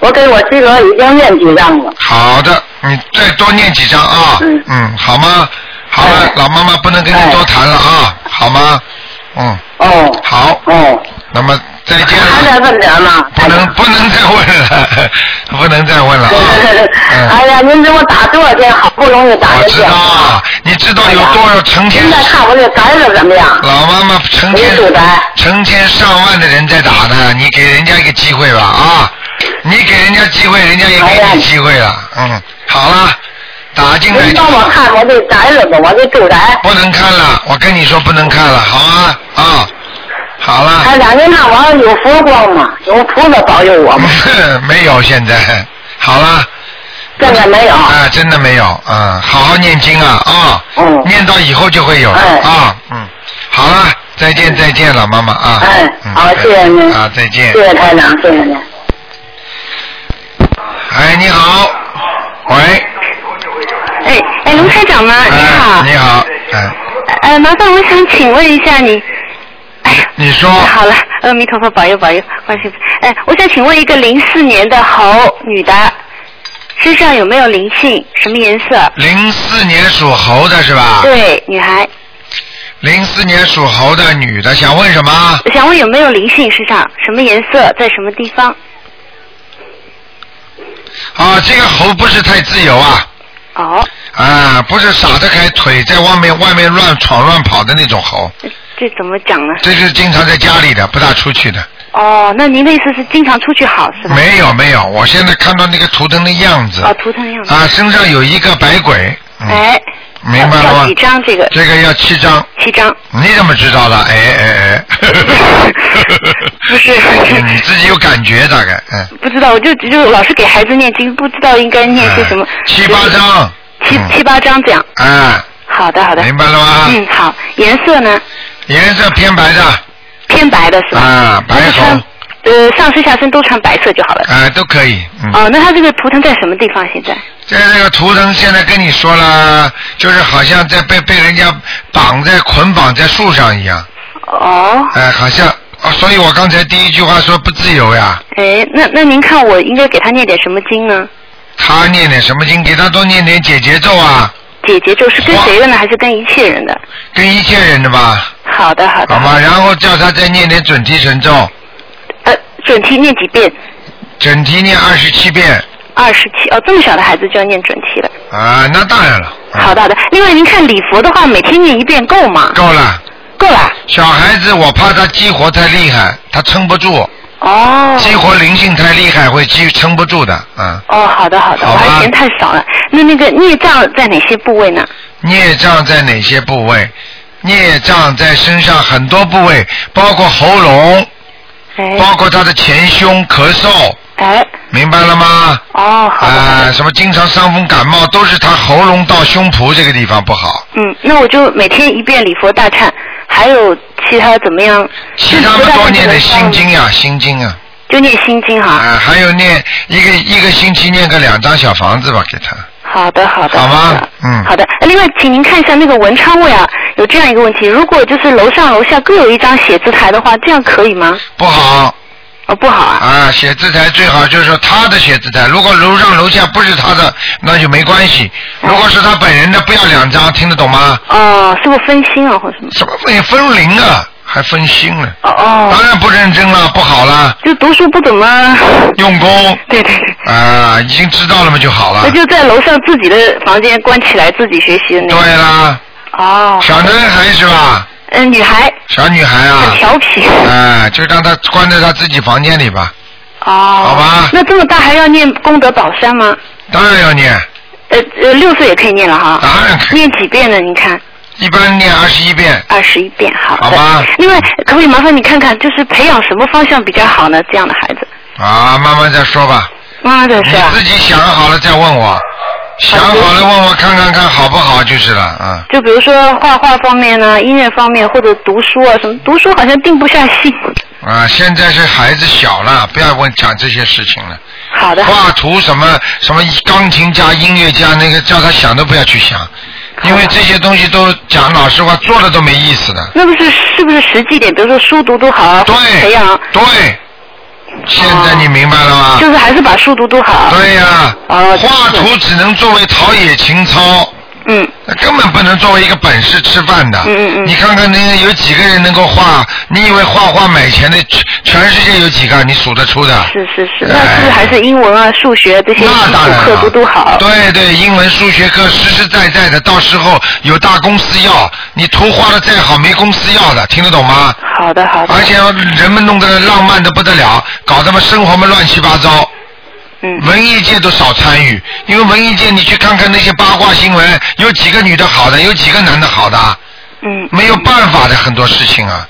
[SPEAKER 5] 我给我自个儿已经念几张了。
[SPEAKER 1] 好的，你再多念几张啊
[SPEAKER 5] 嗯，
[SPEAKER 1] 嗯，好吗？好了
[SPEAKER 5] 哎，
[SPEAKER 1] 老妈妈不能跟你多谈了啊，好吗？嗯，
[SPEAKER 5] 哦哎
[SPEAKER 1] 好，
[SPEAKER 5] 哦，
[SPEAKER 1] 那么再见
[SPEAKER 5] 还
[SPEAKER 1] 了
[SPEAKER 5] 在，问点吗？
[SPEAKER 1] 不能不能再问了， 不能再 问了啊。嗯，
[SPEAKER 5] 哎呀，您给我打多少天，好不容易打
[SPEAKER 1] 我
[SPEAKER 5] 个
[SPEAKER 1] 知
[SPEAKER 5] 电话
[SPEAKER 1] 道，，你知道有多少成千
[SPEAKER 5] 您再看我这宅子怎么样？
[SPEAKER 1] 老妈妈成
[SPEAKER 5] 您
[SPEAKER 1] 千
[SPEAKER 5] 住宅。
[SPEAKER 1] 成千上万的人在打呢，你给人家一个机会吧啊！你给人家机会，人家也给你机会了，嗯，好了，打进来
[SPEAKER 5] 您
[SPEAKER 1] 就
[SPEAKER 5] 帮
[SPEAKER 1] 好
[SPEAKER 5] 我看我这宅子吧，我这住宅。
[SPEAKER 1] 不能看了，我跟你说不能看了，好吗？啊、好 了，
[SPEAKER 5] 台长，您看我有嗯佛光吗？有菩萨保佑我吗？
[SPEAKER 1] 没有现在，好了，
[SPEAKER 5] 这个没有。
[SPEAKER 1] 啊，真的没有，啊，好好念经啊，啊、
[SPEAKER 5] 嗯
[SPEAKER 1] 念到以后就会有了，
[SPEAKER 5] 哎嗯
[SPEAKER 1] 啊，嗯，好了，再见再见了，妈妈啊，
[SPEAKER 5] 哎
[SPEAKER 1] 嗯
[SPEAKER 5] 好谢谢您
[SPEAKER 1] 啊，再见，
[SPEAKER 5] 谢谢台长，谢谢您。
[SPEAKER 1] 哎，你好，喂，
[SPEAKER 4] 哎哎，卢台长吗？你好
[SPEAKER 1] 哎，。你好，哎，
[SPEAKER 4] 呃，麻烦我想请问一下你。哎呀，
[SPEAKER 1] 你说，
[SPEAKER 4] 太好了，阿弥陀佛保佑保佑，关心。哎，我想请问一个零四年的猴女的，身上有没有灵性？什么颜色？
[SPEAKER 1] 零四年属猴的是吧？
[SPEAKER 4] 对，女孩，
[SPEAKER 1] 零四年属猴的女的想问什么？
[SPEAKER 4] 想问有没有灵性身上？什么颜色？在什么地方？
[SPEAKER 1] 啊，这个猴不是太自由啊，
[SPEAKER 4] 哦，
[SPEAKER 1] 啊，不是傻得开腿在外面外面乱闯乱跑的那种猴，
[SPEAKER 4] 这这怎么讲呢？
[SPEAKER 1] 这是经常在家里的，不大出去的。
[SPEAKER 4] 哦，那您的意思是经常出去好是吧？
[SPEAKER 1] 没有没有，我现在看到那个图腾的样子
[SPEAKER 4] 哦，图腾样子。
[SPEAKER 1] 啊，身上有一个白鬼，嗯、
[SPEAKER 4] 哎，
[SPEAKER 1] 明白了
[SPEAKER 4] 要
[SPEAKER 1] 吗
[SPEAKER 4] 几？张这个？
[SPEAKER 1] 这个要七张，
[SPEAKER 4] 七张。
[SPEAKER 1] 你怎么知道的？哎哎哎，
[SPEAKER 4] 不是
[SPEAKER 1] 你自己有感觉大概，嗯，
[SPEAKER 4] 不知道，我就就老是给孩子念经，不知道应该念些什么。
[SPEAKER 1] 嗯七八张，
[SPEAKER 4] 七
[SPEAKER 1] 嗯
[SPEAKER 4] 七八张这样。
[SPEAKER 1] 啊，
[SPEAKER 4] 好的，好的。
[SPEAKER 1] 明白了吗？
[SPEAKER 4] 嗯，好。颜色呢？
[SPEAKER 1] 颜色偏白的，
[SPEAKER 4] 偏白的是吧？
[SPEAKER 1] 啊，白
[SPEAKER 4] 那就
[SPEAKER 1] 红
[SPEAKER 4] 穿，呃，上身下身都穿白色就好了。
[SPEAKER 1] 啊，都可以，嗯。
[SPEAKER 4] 哦，那它这个图腾在什么地方？现在？
[SPEAKER 1] 在这个图腾现在跟你说了，就是好像在被被人家绑在捆绑在树上一样，
[SPEAKER 4] 哦，
[SPEAKER 1] 哎、好像、啊所以我刚才第一句话说不自由呀。
[SPEAKER 4] 哎，那那您看我应该给他念点什么经呢？
[SPEAKER 1] 他念点什么经？给他多念点解节奏啊，
[SPEAKER 4] 姐姐咒是跟谁的呢？还是跟一切人的？
[SPEAKER 1] 跟一切人的吧，
[SPEAKER 4] 好的，好的。
[SPEAKER 1] 好吗？然后叫他再念点准提神咒，
[SPEAKER 4] 呃，准提念几遍？
[SPEAKER 1] 准提念二十七遍
[SPEAKER 4] 二十七哦，这么小的孩子就要念准提了。
[SPEAKER 1] 啊，那当然了，啊
[SPEAKER 4] 好的，好的。另外，您看礼佛的话，每天念一遍够吗？
[SPEAKER 1] 够了。
[SPEAKER 4] 够了。
[SPEAKER 1] 小孩子，我怕他激活太厉害，他撑不住，
[SPEAKER 4] 哦。
[SPEAKER 1] 激活灵性太厉害会激撑不住的，啊。
[SPEAKER 4] 哦，好的好的，
[SPEAKER 1] 好
[SPEAKER 4] 我
[SPEAKER 1] 吧
[SPEAKER 4] 还嫌太少了。那那个孽障在哪些部位呢？
[SPEAKER 1] 孽障在哪些部位？孽障在身上很多部位，包括喉咙，
[SPEAKER 4] 哎
[SPEAKER 1] 包括他的前胸咳嗽，
[SPEAKER 4] 哎，
[SPEAKER 1] 明白了吗？啊、
[SPEAKER 4] 哦，好的好的。
[SPEAKER 1] 什么经常伤风感冒，都是他喉咙到胸脯这个地方不好。
[SPEAKER 4] 嗯，那我就每天一遍礼佛大忏，还有其他怎么样？
[SPEAKER 1] 其他们多念的心经呀、心经啊，
[SPEAKER 4] 就念心经
[SPEAKER 1] 啊、
[SPEAKER 4] 哈。
[SPEAKER 1] 还有念一个一个星期念个两张小房子吧，给他。
[SPEAKER 4] 好的好的。
[SPEAKER 1] 好吗
[SPEAKER 4] 的
[SPEAKER 1] 嗯
[SPEAKER 4] 好的，哎另外，请您看一下那个文昌位啊，有这样一个问题：如果就是楼上楼下各有一张写字台的话，这样可以吗？
[SPEAKER 1] 不好
[SPEAKER 4] 哦，不好啊。
[SPEAKER 1] 啊，写字台最好就是说他的写字台，如果楼上楼下不是他的，那就没关系。如果是他本人的，不要两张，听得懂吗？
[SPEAKER 4] 哦，是不是分心啊，或者什么？
[SPEAKER 1] 什么分分灵啊，还分心了，
[SPEAKER 4] 哦哦，
[SPEAKER 1] 当然不认真了，不好了，
[SPEAKER 4] 就读书不怎么。
[SPEAKER 1] 用功
[SPEAKER 4] 对对对。
[SPEAKER 1] 啊、已经知道了嘛就好了
[SPEAKER 4] 那。就在楼上自己的房间关起来自己学习的那种。
[SPEAKER 1] 对啦，
[SPEAKER 4] 哦，
[SPEAKER 1] 小男孩是吧？
[SPEAKER 4] 嗯、女孩
[SPEAKER 1] 小女孩啊
[SPEAKER 4] 很，调皮。
[SPEAKER 1] 哎、就让她关在她自己房间里吧。
[SPEAKER 4] 哦。
[SPEAKER 1] 好吧
[SPEAKER 4] 那这么大还要念功德宝山吗？
[SPEAKER 1] 当然要念，
[SPEAKER 4] 呃呃，六岁也可以念了哈。
[SPEAKER 1] 当然可以，
[SPEAKER 4] 念几遍呢？您看，
[SPEAKER 1] 一般念二十一遍。
[SPEAKER 4] 二十一遍，好的。
[SPEAKER 1] 好吧
[SPEAKER 4] 另外，可不可以麻烦你看看，就是培养什么方向比较好呢？这样的孩子，
[SPEAKER 1] 啊，慢慢再说吧。
[SPEAKER 4] 妈妈的
[SPEAKER 1] 你
[SPEAKER 4] 是啊
[SPEAKER 1] 自，己想好了再问我，想好了问我看看看好不好就是了啊。
[SPEAKER 4] 就比如说画画方面呢，音乐方面，或者读书啊什么，读书好像定不下心。
[SPEAKER 1] 啊，现在是孩子小了，不要问讲这些事情了。
[SPEAKER 4] 好的，
[SPEAKER 1] 画图什么什么钢琴家、音乐家，那个叫他想都不要去想，因为这些东西都讲老实话，做了都没意思的。
[SPEAKER 4] 那不是是不是实际点？比如说书读读好啊，或者培
[SPEAKER 1] 对
[SPEAKER 4] 养，
[SPEAKER 1] 对，现在你明白了吗
[SPEAKER 4] 就？是还是把书读读好。
[SPEAKER 1] 对呀、
[SPEAKER 4] 哦
[SPEAKER 1] 画
[SPEAKER 4] 这样
[SPEAKER 1] 图只能作为陶冶情操，
[SPEAKER 4] 嗯，
[SPEAKER 1] 那根本不能作为一个本事吃饭的。
[SPEAKER 4] 嗯嗯嗯
[SPEAKER 1] 你看看那个有几个人能够画？你以为画画买钱的全全世界有几个？你数得出的？
[SPEAKER 4] 是是是，
[SPEAKER 1] 哎
[SPEAKER 4] 那是不是还是英文啊、数学这些基
[SPEAKER 1] 那当
[SPEAKER 4] 础
[SPEAKER 1] 然
[SPEAKER 4] 课
[SPEAKER 1] 了，
[SPEAKER 4] 读读好？
[SPEAKER 1] 对对，英文、数学课实实在在的，到时候有大公司要，你图画的再好，没公司要的，听得懂吗？
[SPEAKER 4] 好的好的
[SPEAKER 1] 而，且人们弄得浪漫的不得了，搞得嘛生活嘛乱七八糟，
[SPEAKER 4] 嗯，
[SPEAKER 1] 文艺界都少参与，因为文艺界你去看看那些八卦新闻，有几个女的好的，有几个男的好的啊，
[SPEAKER 4] 嗯
[SPEAKER 1] 没有办法的很多事情啊，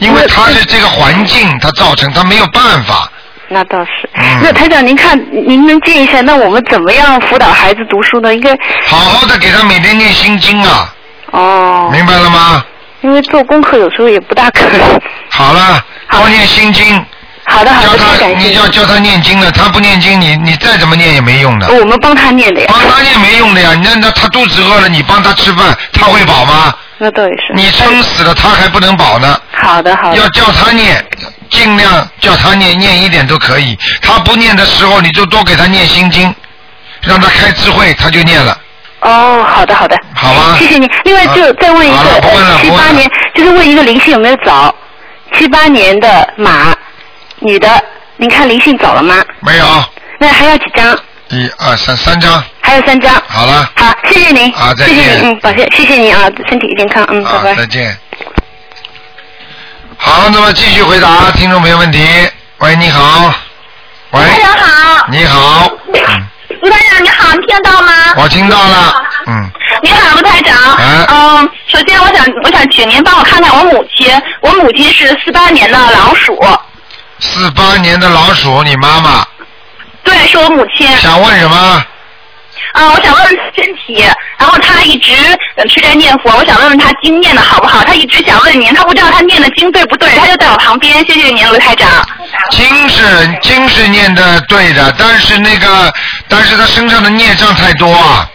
[SPEAKER 1] 因为他是这个环境，他造成他没有办法，
[SPEAKER 8] 那倒是
[SPEAKER 1] 嗯。
[SPEAKER 8] 那台长，您看，您能建议一下，那我们怎么样辅导孩子读书呢？应该
[SPEAKER 1] 好好的给他每天念心经啊，
[SPEAKER 8] 哦，
[SPEAKER 1] 明白了吗？
[SPEAKER 8] 因为做功课有时候也不大可能。
[SPEAKER 1] 好了，多念心经，
[SPEAKER 8] 好的，好
[SPEAKER 1] 叫
[SPEAKER 8] 的，
[SPEAKER 1] 他
[SPEAKER 8] 太感
[SPEAKER 1] 你
[SPEAKER 8] 谢
[SPEAKER 1] 要。叫他念经了，他不念经，你你再怎么念也没用的。
[SPEAKER 8] 哦我们帮他念的呀，
[SPEAKER 1] 帮他念没用的呀，你让他他肚子饿了，你帮他吃饭，他会饱吗？
[SPEAKER 8] 那倒也是。
[SPEAKER 1] 你撑死了，他还不能饱呢。
[SPEAKER 8] 好的，好
[SPEAKER 1] 要
[SPEAKER 8] 的，
[SPEAKER 1] 叫他念，尽量叫他念，念一点都可以。他不念的时候，你就多给他念心经，让他开智慧，他就念了。
[SPEAKER 8] 哦，好的，好的，
[SPEAKER 1] 好吗啊
[SPEAKER 8] 谢谢你。另外就再问一
[SPEAKER 1] 好了不问了
[SPEAKER 8] 个，呃七
[SPEAKER 1] 不问
[SPEAKER 8] 八
[SPEAKER 1] 了
[SPEAKER 8] 年，就是问一个灵性有没有早？七八年的马，女的，您看灵性早了吗？
[SPEAKER 1] 没有，
[SPEAKER 8] 那还要几张？
[SPEAKER 1] 一二三，三张，
[SPEAKER 8] 还有三张。
[SPEAKER 1] 好了。
[SPEAKER 8] 好，谢谢您，
[SPEAKER 1] 啊再
[SPEAKER 8] 谢
[SPEAKER 1] 见
[SPEAKER 8] 谢您，嗯，保谢，谢谢您啊，身体健康，嗯，
[SPEAKER 1] 啊
[SPEAKER 8] 拜，拜
[SPEAKER 1] 再。见。好，那么继续回答听众朋友问题。喂，你好。喂。
[SPEAKER 8] 哎
[SPEAKER 4] 台长好，
[SPEAKER 1] 你好。嗯，
[SPEAKER 4] 卢台长你好，你听得到吗？
[SPEAKER 1] 我听到了。嗯，
[SPEAKER 4] 你好，卢台长。
[SPEAKER 1] 哎
[SPEAKER 4] 嗯，首先我想我想请您帮我看看我母亲，我母亲是四八年的老鼠，
[SPEAKER 1] 四八年的老鼠，你妈妈
[SPEAKER 4] 对，是我母
[SPEAKER 8] 哎
[SPEAKER 4] 亲。
[SPEAKER 1] 想问什么？
[SPEAKER 4] 啊、我想问问她身体，然后她一直呃吃斋念佛，我想问问她经念的好不好？她一直想问您，她不知道她念的经对不对，她就在我旁边，谢谢您，卢台长。
[SPEAKER 1] 经是经是念的对的，但是那个，但是他身上的孽障太多啊，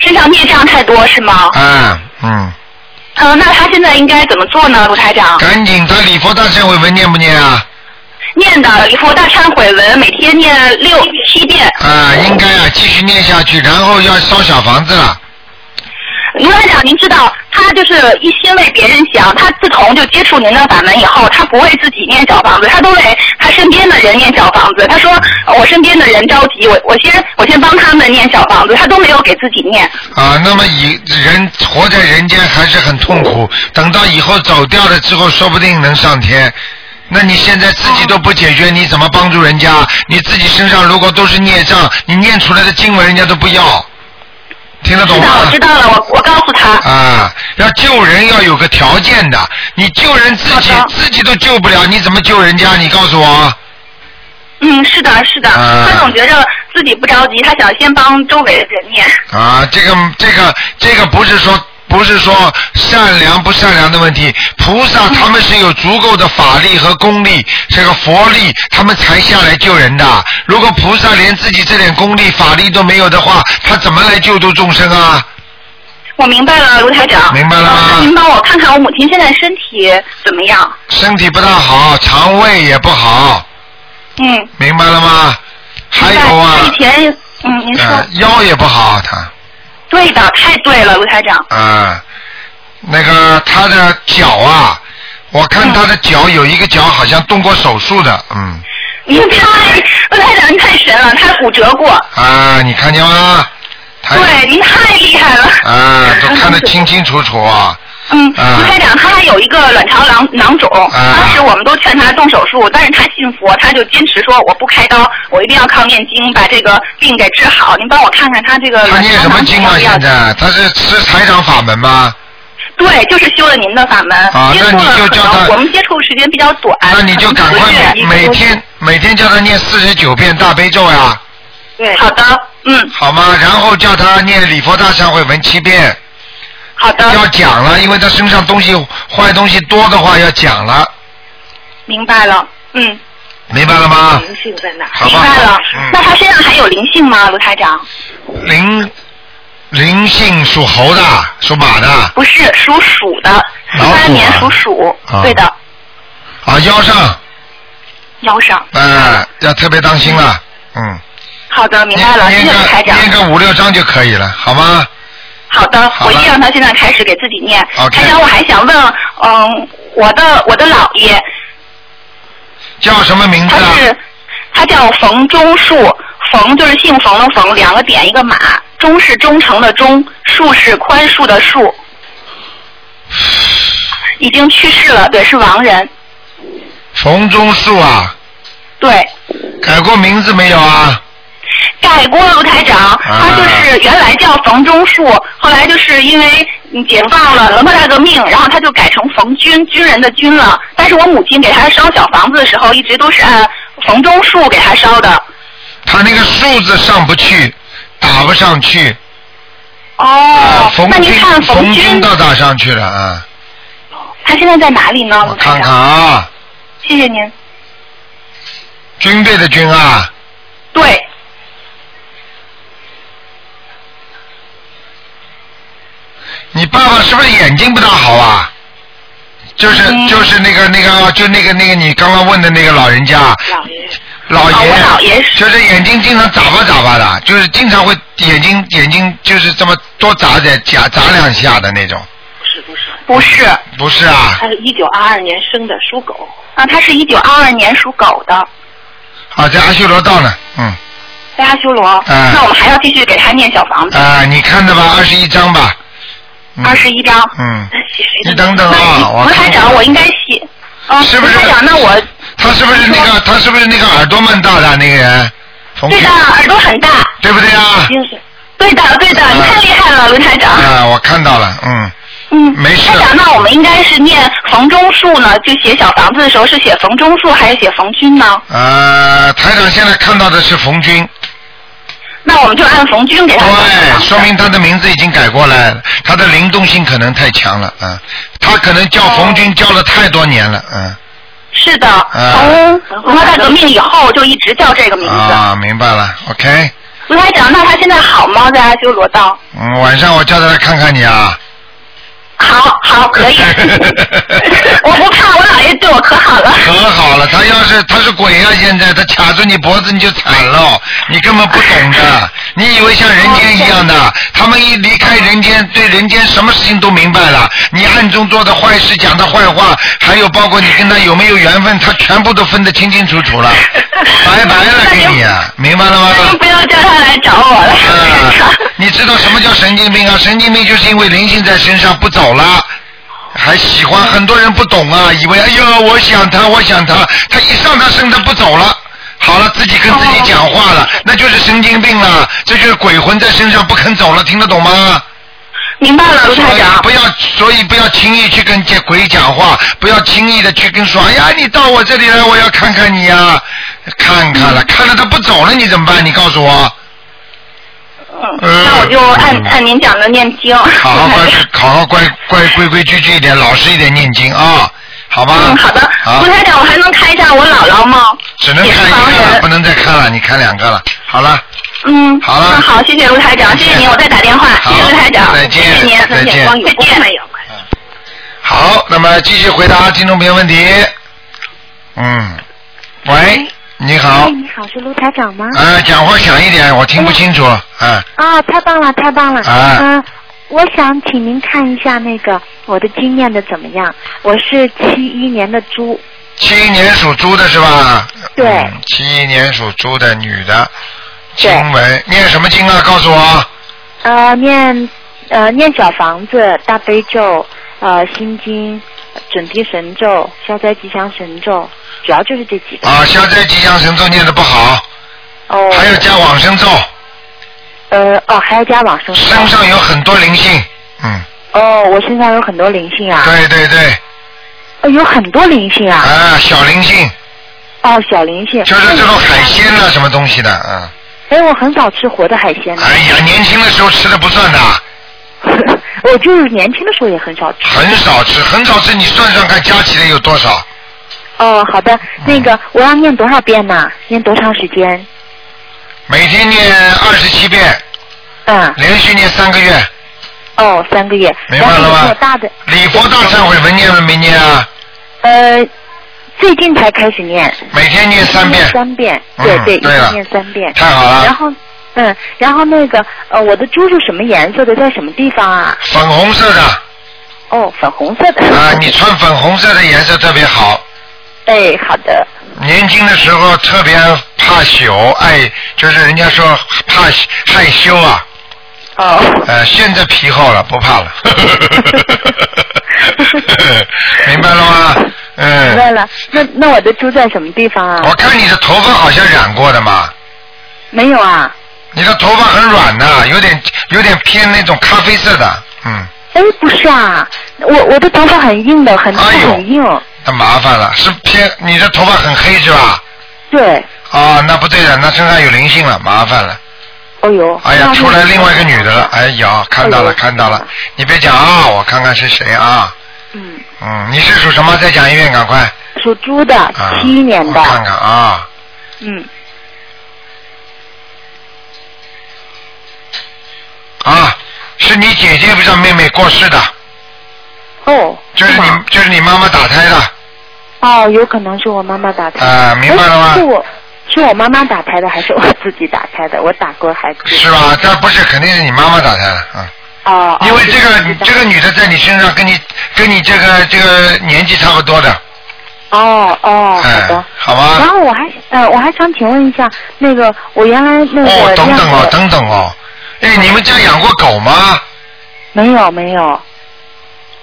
[SPEAKER 4] 身上孽障太多是吗？
[SPEAKER 1] 啊，嗯，
[SPEAKER 4] 嗯、那她现在应该怎么做呢，卢台长？
[SPEAKER 1] 赶紧他礼佛大忏悔文念不念啊？
[SPEAKER 4] 念的以后大忏悔文，每天念六七遍。
[SPEAKER 1] 啊，应该啊，继续念下去，然后要烧小房子了。
[SPEAKER 4] 卢台长，您知道，他就是一心为别人想，他自从就接触您的法门以后，他不为自己念小房子，他都为他身边的人念小房子。他说，呃我身边的人着急，我我先我先帮他们念小房子，他都没有给自己念。
[SPEAKER 1] 啊，那么以人活在人间还是很痛苦，等到以后走掉了之后，说不定能上天。那你现在自己
[SPEAKER 4] 哦
[SPEAKER 1] 都不解决，你怎么帮助人家？你自己身上如果都是孽障，你念出来的经文人家都不要，听得懂
[SPEAKER 4] 知
[SPEAKER 1] 吗？
[SPEAKER 4] 道，我知道了，我我告诉他。
[SPEAKER 1] 啊，要救人要有个条件的，你救人自己
[SPEAKER 4] 好的
[SPEAKER 1] 自己都救不了，你怎么救人家？你告诉我。
[SPEAKER 4] 嗯，是的，是的，
[SPEAKER 1] 啊
[SPEAKER 4] 他总觉着自己不着急，他想先帮周围的人念。
[SPEAKER 1] 啊，这个这个这个不是说不是说善良不善良的问题，菩萨他们是有足够的法力和功力，这个佛力，他们才下来救人的。如果菩萨连自己这点功力法力都没有的话，他怎么来救度众生啊？
[SPEAKER 4] 我明白了，卢台长。
[SPEAKER 1] 明白了吗
[SPEAKER 4] 嗯那您帮我看看我母亲现在身体怎么样？
[SPEAKER 1] 身体不大好，肠胃也不好，
[SPEAKER 4] 嗯，
[SPEAKER 1] 明白了吗？还
[SPEAKER 4] 明白
[SPEAKER 1] 有啊
[SPEAKER 4] 他，以前，嗯，您说。
[SPEAKER 1] 呃腰也不好，他。
[SPEAKER 4] 对的，太对了，卢台长。
[SPEAKER 1] 啊，那个他的脚啊，我看他的脚有一个脚好像动过手术的，嗯，
[SPEAKER 4] 您太，卢台长您太神了，他骨折过。
[SPEAKER 1] 啊，你看见吗？他
[SPEAKER 4] 对，您太厉害了。
[SPEAKER 1] 哎啊，都看得清清楚楚啊，
[SPEAKER 4] 嗯，
[SPEAKER 1] 啊
[SPEAKER 4] 卢台长他有一个卵巢囊囊肿，
[SPEAKER 1] 啊
[SPEAKER 4] 当时我们都劝他动手术，但是他信佛，他就坚持说我不开刀，我一定要靠念经把这个病给治好。您帮我看看他这个
[SPEAKER 1] 他
[SPEAKER 4] 卵
[SPEAKER 1] 念
[SPEAKER 4] 巢
[SPEAKER 1] 什么
[SPEAKER 4] 囊
[SPEAKER 1] 经
[SPEAKER 4] 肿
[SPEAKER 1] 啊
[SPEAKER 4] 要？不要
[SPEAKER 1] 现？在他是吃财长法门吗？
[SPEAKER 4] 对，就是修了您的法门，
[SPEAKER 1] 啊
[SPEAKER 4] 接
[SPEAKER 1] 那
[SPEAKER 4] 触
[SPEAKER 1] 你
[SPEAKER 4] 了
[SPEAKER 1] 就
[SPEAKER 4] 可
[SPEAKER 1] 叫
[SPEAKER 4] 能
[SPEAKER 1] 他
[SPEAKER 4] 我们接触时间比较短，
[SPEAKER 1] 那你就
[SPEAKER 4] 可
[SPEAKER 1] 赶
[SPEAKER 4] 能一个
[SPEAKER 1] 快每
[SPEAKER 4] 月
[SPEAKER 1] 每。
[SPEAKER 4] 一个
[SPEAKER 1] 天每天叫他念四十九遍大悲咒呀、
[SPEAKER 4] 多好的，嗯，
[SPEAKER 1] 好吗？然后叫他念礼佛大忏悔文七遍，
[SPEAKER 4] 好的。
[SPEAKER 1] 要讲了，因为他身上东西坏东西多的话要讲了，
[SPEAKER 4] 明白了，嗯，
[SPEAKER 1] 明白了吗？
[SPEAKER 5] 性在哪？
[SPEAKER 1] 啊好
[SPEAKER 4] 明
[SPEAKER 1] 吧。
[SPEAKER 4] 白了。
[SPEAKER 1] 嗯
[SPEAKER 4] 那他身上还有灵性吗，卢台长？
[SPEAKER 1] 灵灵性属猴的，属马的
[SPEAKER 4] 不是，属鼠的，四
[SPEAKER 1] 老虎啊
[SPEAKER 4] 八年属鼠，
[SPEAKER 1] 啊
[SPEAKER 4] 对的，
[SPEAKER 1] 啊，腰上，
[SPEAKER 4] 腰上。
[SPEAKER 1] 哎，要特别当心了，嗯，
[SPEAKER 4] 好的，明白了，谢
[SPEAKER 1] 念念
[SPEAKER 4] 谢卢台
[SPEAKER 1] 个
[SPEAKER 4] 长。
[SPEAKER 1] 念个五六张就可以了，好吗？
[SPEAKER 4] 好的，
[SPEAKER 1] 好
[SPEAKER 4] 我
[SPEAKER 1] 了
[SPEAKER 4] 一定让他现在开始给自己念。
[SPEAKER 1] OK
[SPEAKER 4] 台长，我还想问，嗯，我的我的姥爷，
[SPEAKER 1] 叫什么名字
[SPEAKER 4] 他
[SPEAKER 1] 啊？
[SPEAKER 4] 是他叫冯忠树，冯就是姓冯的冯，两个点一个马，忠是忠诚的忠，树是宽恕的树，已经去世了，对，是亡人，
[SPEAKER 1] 冯中树啊，
[SPEAKER 4] 对。
[SPEAKER 1] 改过名字没有啊？
[SPEAKER 4] 盖锅卢台
[SPEAKER 1] 啊
[SPEAKER 4] 长，他就是原来叫冯中树，后来就是因为嗯解放了文化大革命，然后他就改成冯军，军人的军了。但是我母亲给他烧小房子的时候，一直都是按冯中树给他烧的。
[SPEAKER 1] 他那个数字上不去，打不上去。
[SPEAKER 4] 哦，
[SPEAKER 1] 啊冯
[SPEAKER 4] 那您
[SPEAKER 1] 军
[SPEAKER 4] 看
[SPEAKER 1] 冯
[SPEAKER 4] 军
[SPEAKER 1] 军倒打上去了啊，
[SPEAKER 4] 他现在在哪里呢？
[SPEAKER 1] 我看看啊，
[SPEAKER 4] 谢谢您。
[SPEAKER 1] 军队的军啊，
[SPEAKER 4] 对，
[SPEAKER 1] 你爸爸是不是眼睛不大好啊？就是就是那个那个就那个那个你刚刚问的那个老人家，老爷，
[SPEAKER 4] 哦我姥爷
[SPEAKER 1] 就是眼睛经常眨巴眨巴的，就是经常会眼睛眼睛就是这么多眨点眨眨两下的那种，
[SPEAKER 9] 不是不是，
[SPEAKER 4] 不是
[SPEAKER 1] 不是啊
[SPEAKER 9] 他是一九二二年生的，属狗。
[SPEAKER 4] 啊，他是一九二二年属狗的，
[SPEAKER 1] 啊，在阿修罗道呢，嗯
[SPEAKER 4] 在阿修罗。
[SPEAKER 1] 嗯
[SPEAKER 4] 那我们还要继续给他念小房子，
[SPEAKER 1] 啊，你看的吧，二十一章吧，嗯
[SPEAKER 4] 二十一张。
[SPEAKER 1] 嗯，
[SPEAKER 9] 谁
[SPEAKER 1] 你等等啊，我
[SPEAKER 4] 卢台
[SPEAKER 1] 看
[SPEAKER 4] 长，我应该写。啊，
[SPEAKER 1] 是不是
[SPEAKER 4] 卢台长，那我
[SPEAKER 1] 他是不是那个他是不是那个耳朵蛮大的啊那个人？冯
[SPEAKER 4] 对
[SPEAKER 1] 军
[SPEAKER 4] 的，耳朵很大。
[SPEAKER 1] 对不对啊？
[SPEAKER 4] 对的，对
[SPEAKER 1] 嗯
[SPEAKER 4] 的，你太厉害了，卢台长。
[SPEAKER 1] 啊，我看到了，嗯，
[SPEAKER 4] 嗯，
[SPEAKER 1] 没事
[SPEAKER 4] 台长，那我们应该是念冯中树呢？就写小房子的时候是写冯中树还是写冯军呢？
[SPEAKER 1] 呃，台长现在看到的是冯军，
[SPEAKER 4] 那我们就按冯军给他念小
[SPEAKER 1] 对，
[SPEAKER 4] 房子
[SPEAKER 1] 说明他的名字已经改过来了，他的灵动性可能太强了，嗯，他可能叫冯军叫了太多年了，嗯，
[SPEAKER 4] 是的，
[SPEAKER 1] 嗯
[SPEAKER 4] 从文化大革命以后就一直叫这个名字。
[SPEAKER 1] 啊，明白了，OK，
[SPEAKER 4] 卢台长，那他现在好吗？在阿修罗道？
[SPEAKER 1] 嗯，晚上我叫他来看看你啊，。
[SPEAKER 4] 好好，可以我不怕，我姥爷对我可好了。
[SPEAKER 1] 可好了，他要是他是鬼啊，现在他卡住你脖子你就惨了，你根本不懂的，你以为像人间一样的，他们一离开人间，对人间什么事情都明白了，你暗中做的坏事、讲的坏话，还有包括你跟他有没有缘分，他全部都分得清清楚楚了，拜拜了给你、啊，明白了吗？
[SPEAKER 4] 那就不要叫他来找我了。卢台
[SPEAKER 1] 啊
[SPEAKER 4] 长，
[SPEAKER 1] 你知道什么叫神经病啊？神经病就是因为灵性在身上不走了。还喜欢很多人不懂啊，以为哎呦，我想他，我想他，他一上他身他不走了，好了，自己跟自己讲话了，那就是神经病了，这就是鬼魂在身上不肯走了，听得懂吗？
[SPEAKER 4] 明白了，卢
[SPEAKER 1] 所
[SPEAKER 4] 台
[SPEAKER 1] 以
[SPEAKER 4] 长
[SPEAKER 1] 不。要，所以不要轻易去跟这鬼讲话，不要轻易的去跟说，哎呀，你到我这里来，我要看看你呀、看看了，看了他不走了，你怎么办？你告诉我。
[SPEAKER 4] 嗯，
[SPEAKER 1] 嗯
[SPEAKER 4] 那我就按按您讲的念经。
[SPEAKER 1] 好好 乖，好好乖乖规规矩矩一点，老实一点念经啊，好吧？
[SPEAKER 4] 嗯，好的。
[SPEAKER 1] 好
[SPEAKER 4] 卢，台长，我还能看一下我姥姥吗？
[SPEAKER 1] 只能看一个了，不能再看了，你看两个了，好了，
[SPEAKER 4] 嗯，
[SPEAKER 1] 好了
[SPEAKER 4] 嗯好，谢谢卢台长，谢谢您，我再打电话，
[SPEAKER 1] 好
[SPEAKER 4] 谢谢卢台长，
[SPEAKER 1] 再见
[SPEAKER 4] 谢谢您，
[SPEAKER 1] 再见
[SPEAKER 4] 光有光没有。
[SPEAKER 1] 好，那么继续回答听众朋友问题。嗯，喂，你好
[SPEAKER 10] 哎，，你好，是卢台长吗？
[SPEAKER 1] 呃，讲话响一点，我听不清楚，啊，
[SPEAKER 10] 啊，太棒了，太棒了。
[SPEAKER 1] 啊
[SPEAKER 10] 嗯、我想请您看一下那个我的经验的怎么样？我是七一年的猪，
[SPEAKER 1] 七一年属猪的是吧？
[SPEAKER 10] 对
[SPEAKER 1] 嗯七一年属猪的女的，经
[SPEAKER 10] 对
[SPEAKER 1] 文念什么经啊？告诉我。
[SPEAKER 10] 呃，念呃念小房子、大悲咒、呃心经、呃准提神咒、消灾吉祥神咒，主要就是这几个。
[SPEAKER 1] 啊，消灾吉祥神咒念的不好，
[SPEAKER 10] 哦，
[SPEAKER 1] 还要加往生咒，
[SPEAKER 10] 呃哦，还要加往生咒。
[SPEAKER 1] 身上有很多灵性，嗯。
[SPEAKER 10] 哦，我身上有很多灵性啊。
[SPEAKER 1] 对对对，
[SPEAKER 10] 哦，有很多灵性啊。
[SPEAKER 1] 啊，小灵性，
[SPEAKER 10] 哦，小灵性。
[SPEAKER 1] 就是这种海鲜呐、什么东西的，嗯。
[SPEAKER 10] 哎，我很少吃活的海鲜的。
[SPEAKER 1] 哎呀，年轻的时候吃的不算的，
[SPEAKER 10] 我就是年轻的时候也很少吃。
[SPEAKER 1] 很少吃，很少吃，你算算看加起来有多少？
[SPEAKER 10] 哦，好的，
[SPEAKER 1] 嗯
[SPEAKER 10] 那个我要念多少遍呢？念多长时间？
[SPEAKER 1] 每天念二十七遍，
[SPEAKER 10] 嗯，
[SPEAKER 1] 连续念三个月，
[SPEAKER 10] 哦，三个月。
[SPEAKER 1] 明白了
[SPEAKER 10] 然后
[SPEAKER 1] 吗
[SPEAKER 10] 我大的，？
[SPEAKER 1] 礼佛大忏悔文念了没念啊？
[SPEAKER 10] 呃，最近才开始念。
[SPEAKER 1] 每天念三遍
[SPEAKER 10] 念，三遍，
[SPEAKER 1] 嗯
[SPEAKER 10] 对对，一
[SPEAKER 1] 对了啊
[SPEAKER 10] 天念三遍。
[SPEAKER 1] 太好
[SPEAKER 10] 然
[SPEAKER 1] 了。
[SPEAKER 10] 后，嗯，然后那个呃，我的猪是什么颜色的？在什么地方啊？
[SPEAKER 1] 粉红色的
[SPEAKER 10] 哦，粉红色的。
[SPEAKER 1] 啊，你穿粉红色的颜色特别好。
[SPEAKER 10] 哎，好的。
[SPEAKER 1] 年轻的时候特别怕羞，爱就是人家说怕害羞啊，
[SPEAKER 10] 哦，
[SPEAKER 1] 呃，现在皮厚了，不怕了， 明白了吗？
[SPEAKER 10] 明白
[SPEAKER 1] 嗯，
[SPEAKER 10] 了。那那我的猪在什么地方啊？
[SPEAKER 1] 我看你的头发好像染过的嘛，
[SPEAKER 10] 没有啊，
[SPEAKER 1] 你的头发很软呐、有点有点偏那种咖啡色的，嗯，
[SPEAKER 10] 哎，不是啊，我我的头发很硬的，很粗、
[SPEAKER 1] 哎
[SPEAKER 10] 很硬，
[SPEAKER 1] 那麻烦了，是偏你的头发很黑是吧？
[SPEAKER 10] 对，
[SPEAKER 1] 啊，那不对了，那身上有灵性了，麻烦了。
[SPEAKER 10] 哦呦，
[SPEAKER 1] 哎呀，
[SPEAKER 10] 那
[SPEAKER 1] 出来另外一个女的了，哎呀，看到了，看到
[SPEAKER 10] 哎
[SPEAKER 1] 了，你别讲啊，我看看是谁啊？嗯。嗯，你是属什么？再讲一遍，赶快。
[SPEAKER 10] 属猪的，
[SPEAKER 1] 啊
[SPEAKER 10] 七一年的，
[SPEAKER 1] 看看啊，
[SPEAKER 10] 嗯，
[SPEAKER 1] 啊，是你姐姐不是妹妹过世的，
[SPEAKER 10] 哦，
[SPEAKER 1] 就是你就是你妈妈打胎的，
[SPEAKER 10] 哦，有可能是我妈妈打胎，
[SPEAKER 1] 啊明白了吗
[SPEAKER 10] 哎是我是我妈妈打胎的，还是我自己打胎的？我打过孩子，
[SPEAKER 1] 是吧？这不是，肯定是你妈妈打胎的，嗯。
[SPEAKER 10] 哦，
[SPEAKER 1] 因为这个这个女的在你身上跟你跟你这个这个年纪差不多的，
[SPEAKER 10] 哦哦，好
[SPEAKER 1] 哎
[SPEAKER 10] 的。，
[SPEAKER 1] 好
[SPEAKER 10] 然
[SPEAKER 1] 吗？
[SPEAKER 10] 后我还呃，我还想请问一下，那个我原来那个
[SPEAKER 1] 哦，等等
[SPEAKER 10] 样子
[SPEAKER 1] 哦，等等哦，哎，你们家养过狗吗？
[SPEAKER 10] 没有没有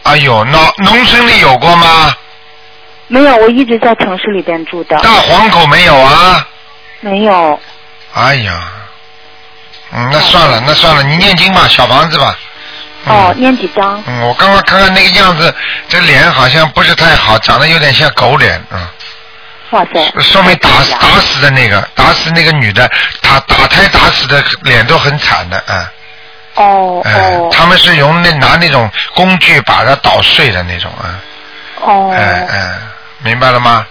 [SPEAKER 1] 哎呦，农农村里有过吗？
[SPEAKER 10] 没有，我一直在城市里边住的，
[SPEAKER 1] 大黄狗没有啊？
[SPEAKER 10] 没有。
[SPEAKER 1] 哎呀，嗯，那算了，那算了，你念经吧，小房子吧。
[SPEAKER 10] 哦，念几张？
[SPEAKER 1] 嗯，我刚刚看看那个样子，这脸好像不是太好，长得有点像狗脸，嗯。
[SPEAKER 10] 哇塞！
[SPEAKER 1] 说明打死打死的那个，打死那个女的，打打胎打死的脸都很惨的，嗯。
[SPEAKER 10] 哦
[SPEAKER 1] 哎，他们是用那拿那种工具把它捣碎的那种啊，
[SPEAKER 10] 哦，
[SPEAKER 1] 哎哎，明白了吗？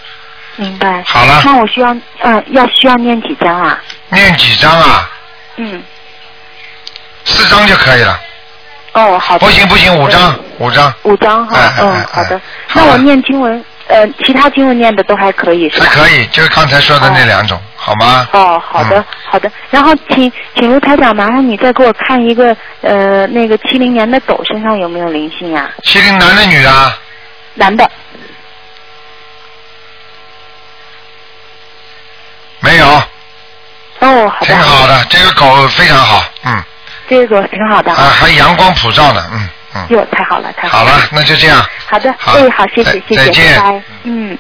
[SPEAKER 10] 明白。
[SPEAKER 1] 好了
[SPEAKER 10] 那我需要嗯、要需要念几张啊？
[SPEAKER 1] 念几张啊？
[SPEAKER 10] 嗯，
[SPEAKER 1] 四张就可以了。
[SPEAKER 10] 哦，好的。
[SPEAKER 1] 不行不行，五张
[SPEAKER 10] 嗯。
[SPEAKER 1] 五张。
[SPEAKER 10] 五张哈，
[SPEAKER 1] 哎哎
[SPEAKER 10] 嗯，好的。那我念经文，呃，其他经文念的都还可以是吧？
[SPEAKER 1] 可以，嗯就是刚才说的那两种，好吗？
[SPEAKER 10] 哦，好的，
[SPEAKER 1] 嗯
[SPEAKER 10] 好的。然后请请卢台长，麻烦你再给我看一个呃，那个七零年的狗身上有没有灵性啊？
[SPEAKER 1] 七零男的女的啊？
[SPEAKER 10] 男的
[SPEAKER 1] 没有，
[SPEAKER 10] 哦，好
[SPEAKER 1] 挺
[SPEAKER 10] 的，
[SPEAKER 1] 好的，这个狗非常好，嗯，
[SPEAKER 10] 这个挺好的
[SPEAKER 1] 啊，还阳光普照呢，嗯嗯。
[SPEAKER 10] 哟，太嗯好了，太
[SPEAKER 1] 好了，那就这样。
[SPEAKER 10] 好的，
[SPEAKER 1] 好
[SPEAKER 10] 哎，好，谢
[SPEAKER 1] 再
[SPEAKER 10] 谢，谢
[SPEAKER 1] 再
[SPEAKER 10] 谢，
[SPEAKER 1] 见
[SPEAKER 10] 拜拜，嗯。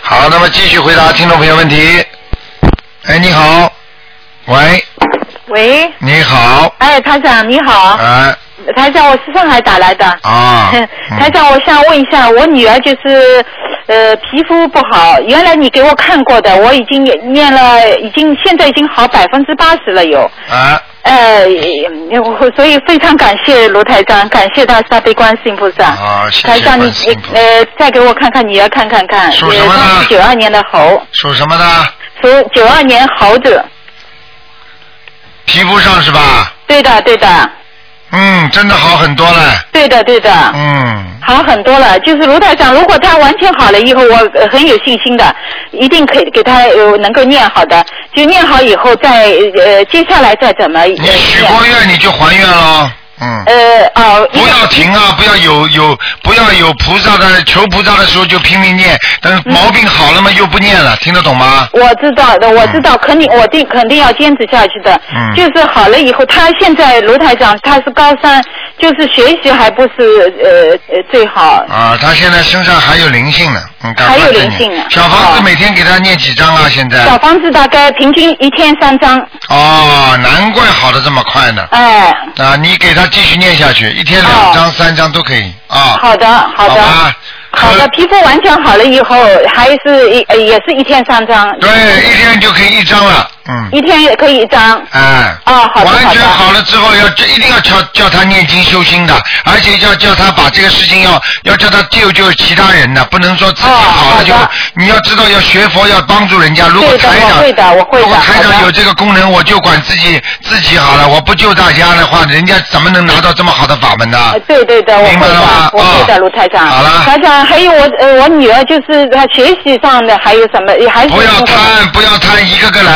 [SPEAKER 1] 好，那么继续回答听众朋友问题。哎，你好，喂，
[SPEAKER 4] 喂，
[SPEAKER 1] 你好，
[SPEAKER 4] 哎，台长你好，
[SPEAKER 1] 哎
[SPEAKER 4] 台长，我是上海打来的。
[SPEAKER 1] 啊，
[SPEAKER 4] 台长，我想问一下，我女儿就是呃皮肤不好，原来你给我看过的，我已经念了，已经现在已经好百分之八十了有。
[SPEAKER 1] 啊，
[SPEAKER 4] 呃，我所以非常感谢卢台长，感谢大慈大悲观世音菩萨。
[SPEAKER 1] 啊，谢
[SPEAKER 4] 台
[SPEAKER 1] 谢
[SPEAKER 4] 长，你
[SPEAKER 1] 关心。
[SPEAKER 4] 呃再给我看看女儿，看看看。呃
[SPEAKER 1] 属什么呢
[SPEAKER 4] 九二年的猴，
[SPEAKER 1] 属什么的？
[SPEAKER 4] 属九二年猴子。
[SPEAKER 1] 皮肤上是吧？
[SPEAKER 4] 对的，对的，
[SPEAKER 1] 嗯，真的好很多了。
[SPEAKER 4] 对的，对的。
[SPEAKER 10] 啊
[SPEAKER 1] 嗯，
[SPEAKER 4] 好很多了，就是卢台长，如果他完全好了以后，我呃很有信心的，一定可以给他呃能够念好的，就念好以后再呃接下来再怎么呃
[SPEAKER 1] 许过愿你就还愿喽。嗯。
[SPEAKER 4] 呃哦。
[SPEAKER 1] 不要停啊！不要有有不要有菩萨的求菩萨的时候就拼命念，等
[SPEAKER 4] 嗯
[SPEAKER 1] 毛病好了嘛又不念了，听得懂吗？
[SPEAKER 4] 我知道的，我知道，肯定我定肯定要坚持下去的。
[SPEAKER 1] 嗯
[SPEAKER 4] 就是好了以后，他现在卢台长他是高三，就是学习还不是呃呃最好。
[SPEAKER 1] 啊，他现在身上还有灵性呢，嗯，赶
[SPEAKER 4] 还
[SPEAKER 1] 快
[SPEAKER 4] 有
[SPEAKER 1] 再
[SPEAKER 4] 灵
[SPEAKER 1] 念
[SPEAKER 4] 性呢
[SPEAKER 1] 小房子
[SPEAKER 4] 哦
[SPEAKER 1] 每天给他念几张啊？现在
[SPEAKER 4] 小房子大概平均一天三张，
[SPEAKER 1] 哦，难怪好的这么快呢。
[SPEAKER 4] 哎。
[SPEAKER 1] 啊，你给他继续念下去，一天两张、三张都可以啊。
[SPEAKER 4] 哦好的，好的。好
[SPEAKER 1] 呃
[SPEAKER 4] 的，皮肤完全好了以后，还是一呃也是一天三张。
[SPEAKER 1] 对，一天就可以一张了，嗯，
[SPEAKER 4] 一天也可以一张。
[SPEAKER 1] 哎。
[SPEAKER 4] 啊，好的，
[SPEAKER 1] 完
[SPEAKER 4] 好
[SPEAKER 1] 全
[SPEAKER 4] 的。
[SPEAKER 1] 好了之后要这一定要叫叫他念经修心的，而且要叫他把这个事情要要叫他救救其他人的，不能说自己
[SPEAKER 4] 哦
[SPEAKER 1] 好了就、你要知道要学佛要帮助人家。如果
[SPEAKER 4] 对的
[SPEAKER 1] 台长
[SPEAKER 4] 我会的我会的
[SPEAKER 1] 如果台
[SPEAKER 4] 好
[SPEAKER 1] 长
[SPEAKER 4] 的
[SPEAKER 1] 有这个功能，我就管自己自己好了，我不救大家的话，人家怎么能拿到这么好的法门呢？
[SPEAKER 4] 呃对对的，我
[SPEAKER 1] 明白
[SPEAKER 4] 会
[SPEAKER 1] 了吗啊
[SPEAKER 4] 的，我会的，卢台长。
[SPEAKER 1] 好了
[SPEAKER 4] 台长，还有我呃，我女儿就是她学习上的还有什么，也还是
[SPEAKER 1] 不要贪，不要贪，一个个来。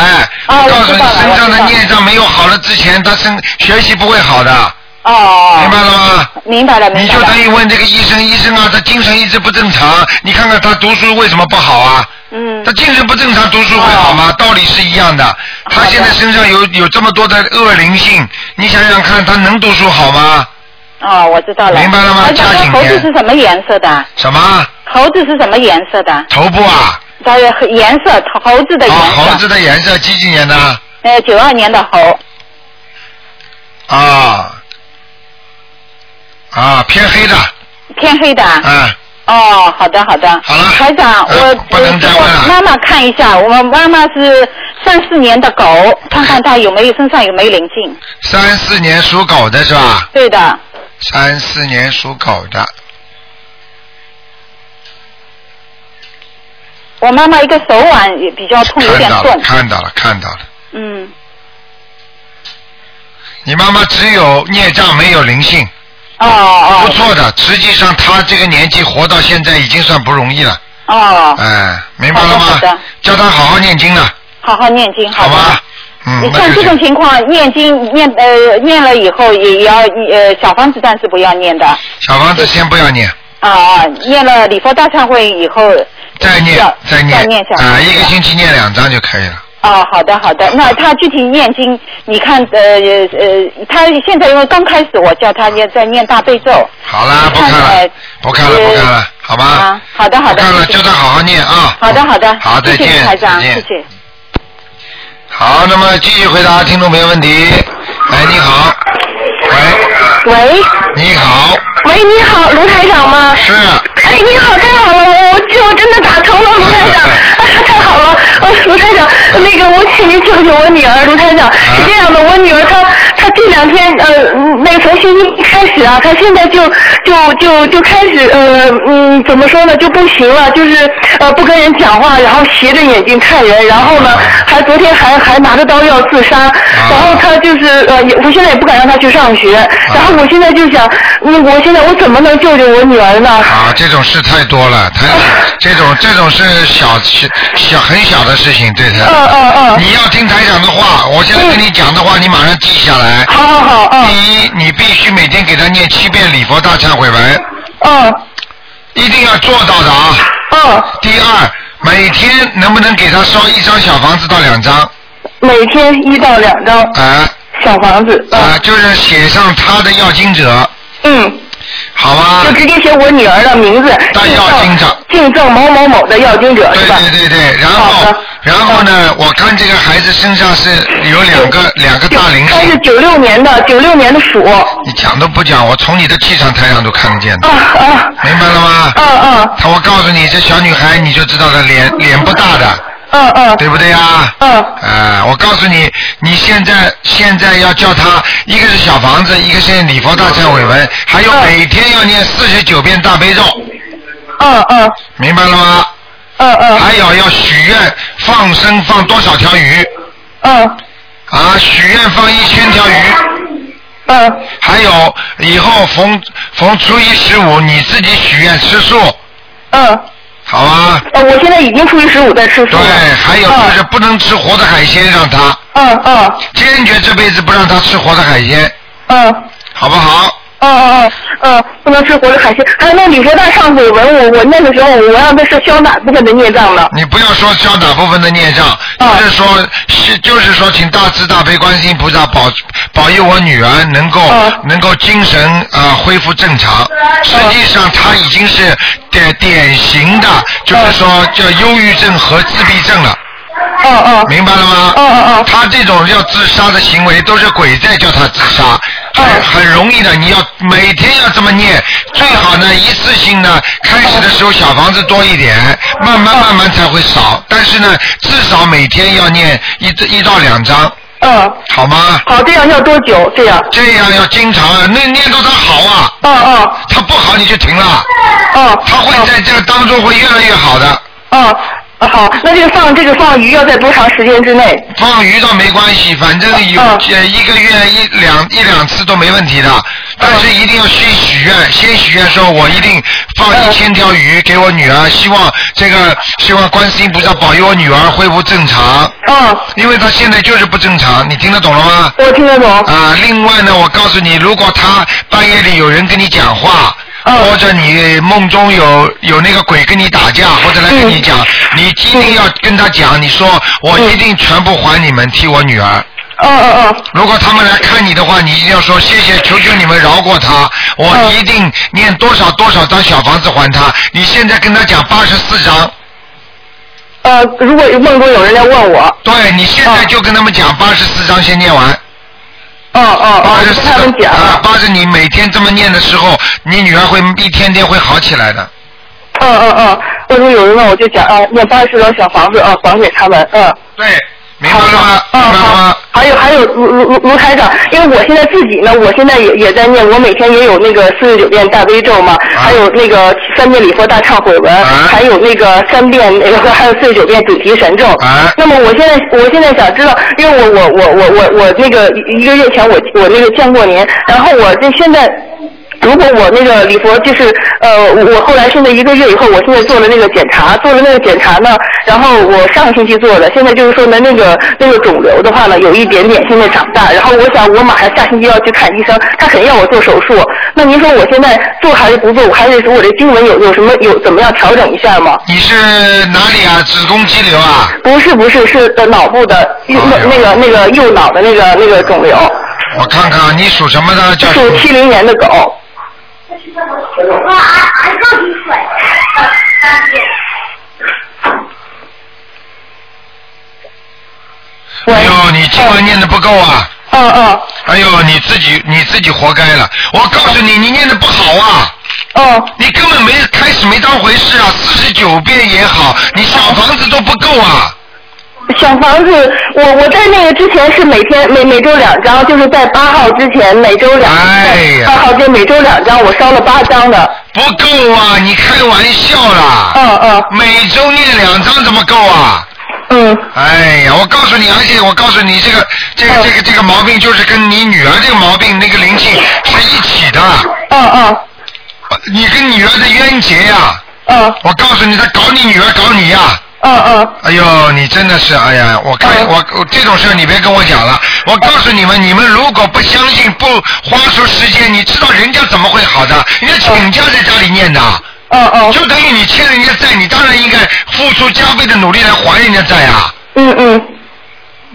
[SPEAKER 4] 啊
[SPEAKER 1] 我告诉
[SPEAKER 4] 我知
[SPEAKER 1] 你
[SPEAKER 4] 道，了
[SPEAKER 1] 身上的
[SPEAKER 4] 我知道
[SPEAKER 1] 孽障没有好了之前，他身学习不会好的。
[SPEAKER 4] 哦。
[SPEAKER 1] 明白了吗？
[SPEAKER 4] 明白了，明白了。
[SPEAKER 1] 你就等于问这个医生，医生啊，他精神一直不正常，你看看他读书为什么不好啊？
[SPEAKER 4] 嗯。
[SPEAKER 1] 他精神不正常，读书会好
[SPEAKER 4] 哦
[SPEAKER 1] 吗？道理是一样的。他现在身上有有这么多的恶灵性，你想想看，他能读书好吗？
[SPEAKER 4] 哦，我知道了。
[SPEAKER 1] 明白了吗
[SPEAKER 4] 台长，
[SPEAKER 1] 加紧
[SPEAKER 4] 那猴子
[SPEAKER 1] 念
[SPEAKER 4] 是什么颜色的？
[SPEAKER 1] 什么？
[SPEAKER 4] 猴子是什么颜色的？
[SPEAKER 1] 头部啊？啊
[SPEAKER 4] 它的颜色，猴子的颜色。
[SPEAKER 1] 猴子的颜色几几年的？
[SPEAKER 4] 呃，九二年的猴，
[SPEAKER 1] 啊啊，偏黑的，
[SPEAKER 4] 偏黑的。
[SPEAKER 1] 嗯。
[SPEAKER 4] 哦，好的好的。好了。台长，
[SPEAKER 1] 呃
[SPEAKER 4] 我我妈妈看一下，我妈妈是三四年的狗，看看她有没有身上有没有灵性。
[SPEAKER 1] 三四年属狗的是吧？
[SPEAKER 4] 对的，
[SPEAKER 1] 三四年属狗的，
[SPEAKER 4] 我妈妈一个手腕也比较痛，有
[SPEAKER 1] 看
[SPEAKER 4] 点
[SPEAKER 1] 到了，
[SPEAKER 4] 重。
[SPEAKER 1] 看到了，看到了。
[SPEAKER 4] 嗯，
[SPEAKER 1] 你妈妈只有孽障没有灵性。
[SPEAKER 4] 哦哦。
[SPEAKER 1] 不错的，实际上她这个年纪活到现在已经算不容易了。
[SPEAKER 4] 哦，
[SPEAKER 1] 哎，明白了
[SPEAKER 4] 好
[SPEAKER 1] 吗
[SPEAKER 4] 的好的？
[SPEAKER 1] 叫她好好念经了。
[SPEAKER 4] 好好念经，好吧？
[SPEAKER 1] 嗯
[SPEAKER 4] 你，
[SPEAKER 1] 那
[SPEAKER 4] 像
[SPEAKER 1] 就这
[SPEAKER 4] 这
[SPEAKER 1] 样
[SPEAKER 4] 种情况，念经念呃念了以后也也要呃小房子暂时不要念的。
[SPEAKER 1] 小房子先不要念，
[SPEAKER 4] 啊啊！念了礼佛大忏悔以后，
[SPEAKER 1] 再念
[SPEAKER 4] 要
[SPEAKER 1] 再念
[SPEAKER 4] 再念小
[SPEAKER 1] 啊，
[SPEAKER 4] 房子
[SPEAKER 1] 一个星期念两张就可以了。
[SPEAKER 4] 哦，好的好的，那他具体念经，你看呃呃，他现在因为刚开始，我叫他念在念大悲咒。
[SPEAKER 1] 好
[SPEAKER 4] 嗯
[SPEAKER 1] 啦，不看了，不看了，不看了，好吧？
[SPEAKER 4] 啊，好的好的。
[SPEAKER 1] 不看了，叫他好好念啊。
[SPEAKER 4] 好的好的。
[SPEAKER 1] 好再
[SPEAKER 4] 谢谢
[SPEAKER 1] 见
[SPEAKER 4] 台长，
[SPEAKER 1] 再见
[SPEAKER 4] 谢谢。
[SPEAKER 1] 好，那么继续回答听众朋友问题。哎，你好，
[SPEAKER 5] 喂，
[SPEAKER 1] 你好，
[SPEAKER 5] 喂，你好，卢台长吗？
[SPEAKER 1] 是。啊
[SPEAKER 5] 哎，你好，太好了，我我这我真的打通了，卢台长，啊，太好了，呃，卢台长，那个我请您救救我女儿，卢台长，是这样的，我女儿她她这两天呃，那个从星期一开始啊，她现在就就就就开始呃嗯，怎么说呢，就不行了，就是呃不跟人讲话，然后斜着眼睛看人，然后呢，还昨天还还拿着刀要自杀，然后她就是呃，也我现在也不敢让她去上学，然后我现在就想，嗯，我现在我怎么能救救我女儿呢？
[SPEAKER 1] 啊，这种事太多了， 太这种这种是小小小很小的事情，对的。嗯
[SPEAKER 5] 嗯嗯。
[SPEAKER 1] 你要听台长的话，我现在跟你讲的话，你马上记下来。
[SPEAKER 5] 好好好，嗯。
[SPEAKER 1] 第一，你必须每天给他念七遍礼佛大忏悔文。
[SPEAKER 5] 嗯。
[SPEAKER 1] 一定要做到的啊。
[SPEAKER 5] 嗯。
[SPEAKER 1] 第二，每天能不能给他烧一张小房子到两张？
[SPEAKER 5] 每天一到两张。
[SPEAKER 1] 啊。
[SPEAKER 5] 小房子。
[SPEAKER 1] 啊，就是写上他的要经者。
[SPEAKER 5] 嗯。
[SPEAKER 1] 好吧。
[SPEAKER 5] 就直接写我女儿的名字，敬要经者，敬赠某某某的要经者是吧？
[SPEAKER 1] 对对对，然后然后呢，我看这个孩子身上是有两个两个大灵
[SPEAKER 5] 她
[SPEAKER 1] 性。
[SPEAKER 5] 是九六年的，九六年的鼠。
[SPEAKER 1] 你讲都不讲，我从你的气场台上都看得见的。
[SPEAKER 5] 啊
[SPEAKER 1] 明白了吗？
[SPEAKER 5] 嗯嗯。
[SPEAKER 1] 他我告诉你，这小女孩你就知道了，
[SPEAKER 5] 啊
[SPEAKER 1] 脸脸不大的。
[SPEAKER 5] 嗯嗯。
[SPEAKER 1] 对不对呀？
[SPEAKER 5] 嗯。
[SPEAKER 1] 啊，我告诉你，你现在现在要叫她，一个是小房子，一个是礼佛大忏悔文，还有每天要念四十九遍大悲咒。
[SPEAKER 5] 嗯嗯。
[SPEAKER 1] 明白了吗？
[SPEAKER 5] 嗯嗯。
[SPEAKER 1] 还有要许愿放生放多少条鱼？
[SPEAKER 5] 嗯。
[SPEAKER 1] 啊，许愿放一千条鱼。
[SPEAKER 5] 嗯。
[SPEAKER 1] 还有以后逢逢初一十五，你自己许愿吃素。
[SPEAKER 5] 嗯。
[SPEAKER 1] 好啊。
[SPEAKER 5] 呃，我现在已经初一十五在吃素了。
[SPEAKER 1] 对，还有就是不能吃活的海鲜，让他。
[SPEAKER 5] 嗯嗯。
[SPEAKER 1] 坚决这辈子不让他吃活的海鲜，
[SPEAKER 5] 嗯。
[SPEAKER 1] 好不好？
[SPEAKER 5] 哦哦哦，嗯，不能吃活的海鲜。还有那礼佛大忏悔文，我我念的时候，我让他是消哪部分的孽障呢？
[SPEAKER 1] 你不要说消哪部分的孽障，就是说，是就是说，请大慈大悲观世音菩萨保保佑我女儿能够、能够精神啊、呃恢复正常。实际上，她已经是典典型的，就是说叫忧郁症和自闭症了。
[SPEAKER 5] 哦哦，
[SPEAKER 1] 明白了吗？哦哦哦，他这种要自杀的行为都是鬼在叫他自杀，很、很容易的。你要每天要这么念，最好呢一次性呢，开始的时候小房子多一点，慢慢慢慢才会少。但是呢，至少每天要念一一到两张。
[SPEAKER 5] 嗯，
[SPEAKER 1] 好吗？
[SPEAKER 5] 好，这样要多久？这样？
[SPEAKER 1] 这样要经常啊，那念到他好啊。
[SPEAKER 5] 哦哦。
[SPEAKER 1] 他不好你就停了。
[SPEAKER 5] 哦。
[SPEAKER 1] 他会在这当中会越来越好的。
[SPEAKER 5] 哦，好，那这个放这个放鱼要在多长时间之内？
[SPEAKER 1] 放鱼倒没关系，反正有呃一个月一两一两次都没问题的，但是一定要先许愿，先许愿说我一定放一千条鱼给我女儿，希望这个希望观世音菩萨保佑我女儿恢复正常。
[SPEAKER 5] 嗯，
[SPEAKER 1] 因为她现在就是不正常，你听得懂了吗？
[SPEAKER 5] 我听得懂。
[SPEAKER 1] 啊，另外呢，我告诉你，如果她半夜里有人跟你讲话。或者你梦中有有那个鬼跟你打架，或者来跟你讲，你一定要跟他讲，你说我一定全部还你们，替我女儿。
[SPEAKER 5] 嗯嗯嗯。
[SPEAKER 1] 如果他们来看你的话，你一定要说谢谢，求求你们饶过他，我一定念多少多少张小房子还他。你现在跟他讲八十四张。
[SPEAKER 5] 呃，如果梦中有人来问我，
[SPEAKER 1] 对你现在就跟他们讲，八十四章先念完。
[SPEAKER 5] 哦哦，
[SPEAKER 1] 八十四章啊，八十你每天这么念的时候，你女儿会一天天会好起来的。
[SPEAKER 5] 嗯嗯嗯，我说有人问我就讲啊，念八十张小房子啊，还给他们，嗯。
[SPEAKER 1] 对，明白了吗？
[SPEAKER 5] 嗯，好。还有还有卢卢卢卢台长，因为我现在自己呢，我现在也也在念，我每天也有那个四十九遍大悲咒嘛，
[SPEAKER 1] 啊
[SPEAKER 5] 还有那个三遍礼佛大忏悔文，还有那个三遍那个还有四十九遍主题神咒。
[SPEAKER 1] 啊
[SPEAKER 5] 那么我现在我现在想知道，因为我我我我我我那个一一个月前我我那个见过您，然后我这现在。如果我那个礼佛就是呃，我后来现在一个月以后，我现在做了那个检查，做了那个检查呢，然后我上个星期做的，现在就是说呢，那个那个肿瘤的话呢，有一点点现在长大，然后我想我马上下星期要去看医生，他肯定要我做手术。那您说我现在做还是不做？我还是我这经文有有什么有怎么样调整一下吗？
[SPEAKER 1] 你是哪里啊？子宫肌瘤啊？
[SPEAKER 5] 不是不是是呃脑部的右那那个那个右脑的那个那个肿瘤，
[SPEAKER 1] 我看看啊，你属什么的？叫
[SPEAKER 5] 是七零年的狗。
[SPEAKER 1] 哎呦，你经文念的不够啊！
[SPEAKER 5] 嗯嗯。
[SPEAKER 1] 哎呦，你自己你自己活该了！我告诉你，你念的不好啊！
[SPEAKER 5] 哦。
[SPEAKER 1] 你根本没开始没当回事啊！四十九遍也好，你小房子都不够啊！
[SPEAKER 5] 小房子，我我在那个之前是每天每每周两张，就是在八号之前每周两，
[SPEAKER 1] 哎
[SPEAKER 5] 八号就每周两张，我烧了八张的。
[SPEAKER 1] 不够啊！你开玩笑啦！
[SPEAKER 5] 嗯嗯。
[SPEAKER 1] 每周念两张怎么够啊？
[SPEAKER 5] 嗯。
[SPEAKER 1] 哎呀，我告诉你，而且我告诉你，这个这个这个这个毛病就是跟你女儿这个毛病那个灵性是一起的。
[SPEAKER 5] 嗯嗯。
[SPEAKER 1] 你跟女儿的冤结呀、
[SPEAKER 5] 嗯。
[SPEAKER 1] 我告诉你，他搞你女儿，搞你呀、
[SPEAKER 5] 嗯嗯。
[SPEAKER 1] 哎呦，你真的是，哎呀，我看我我这种事儿你别跟我讲了。我告诉你们，你们如果不相信，不花出时间，你知道人家怎么会好的？人家请假在家里念的。
[SPEAKER 5] 嗯嗯。
[SPEAKER 1] 就等于你欠人家债，你当然应该付出加倍的努力来还人家债啊。
[SPEAKER 5] 嗯嗯。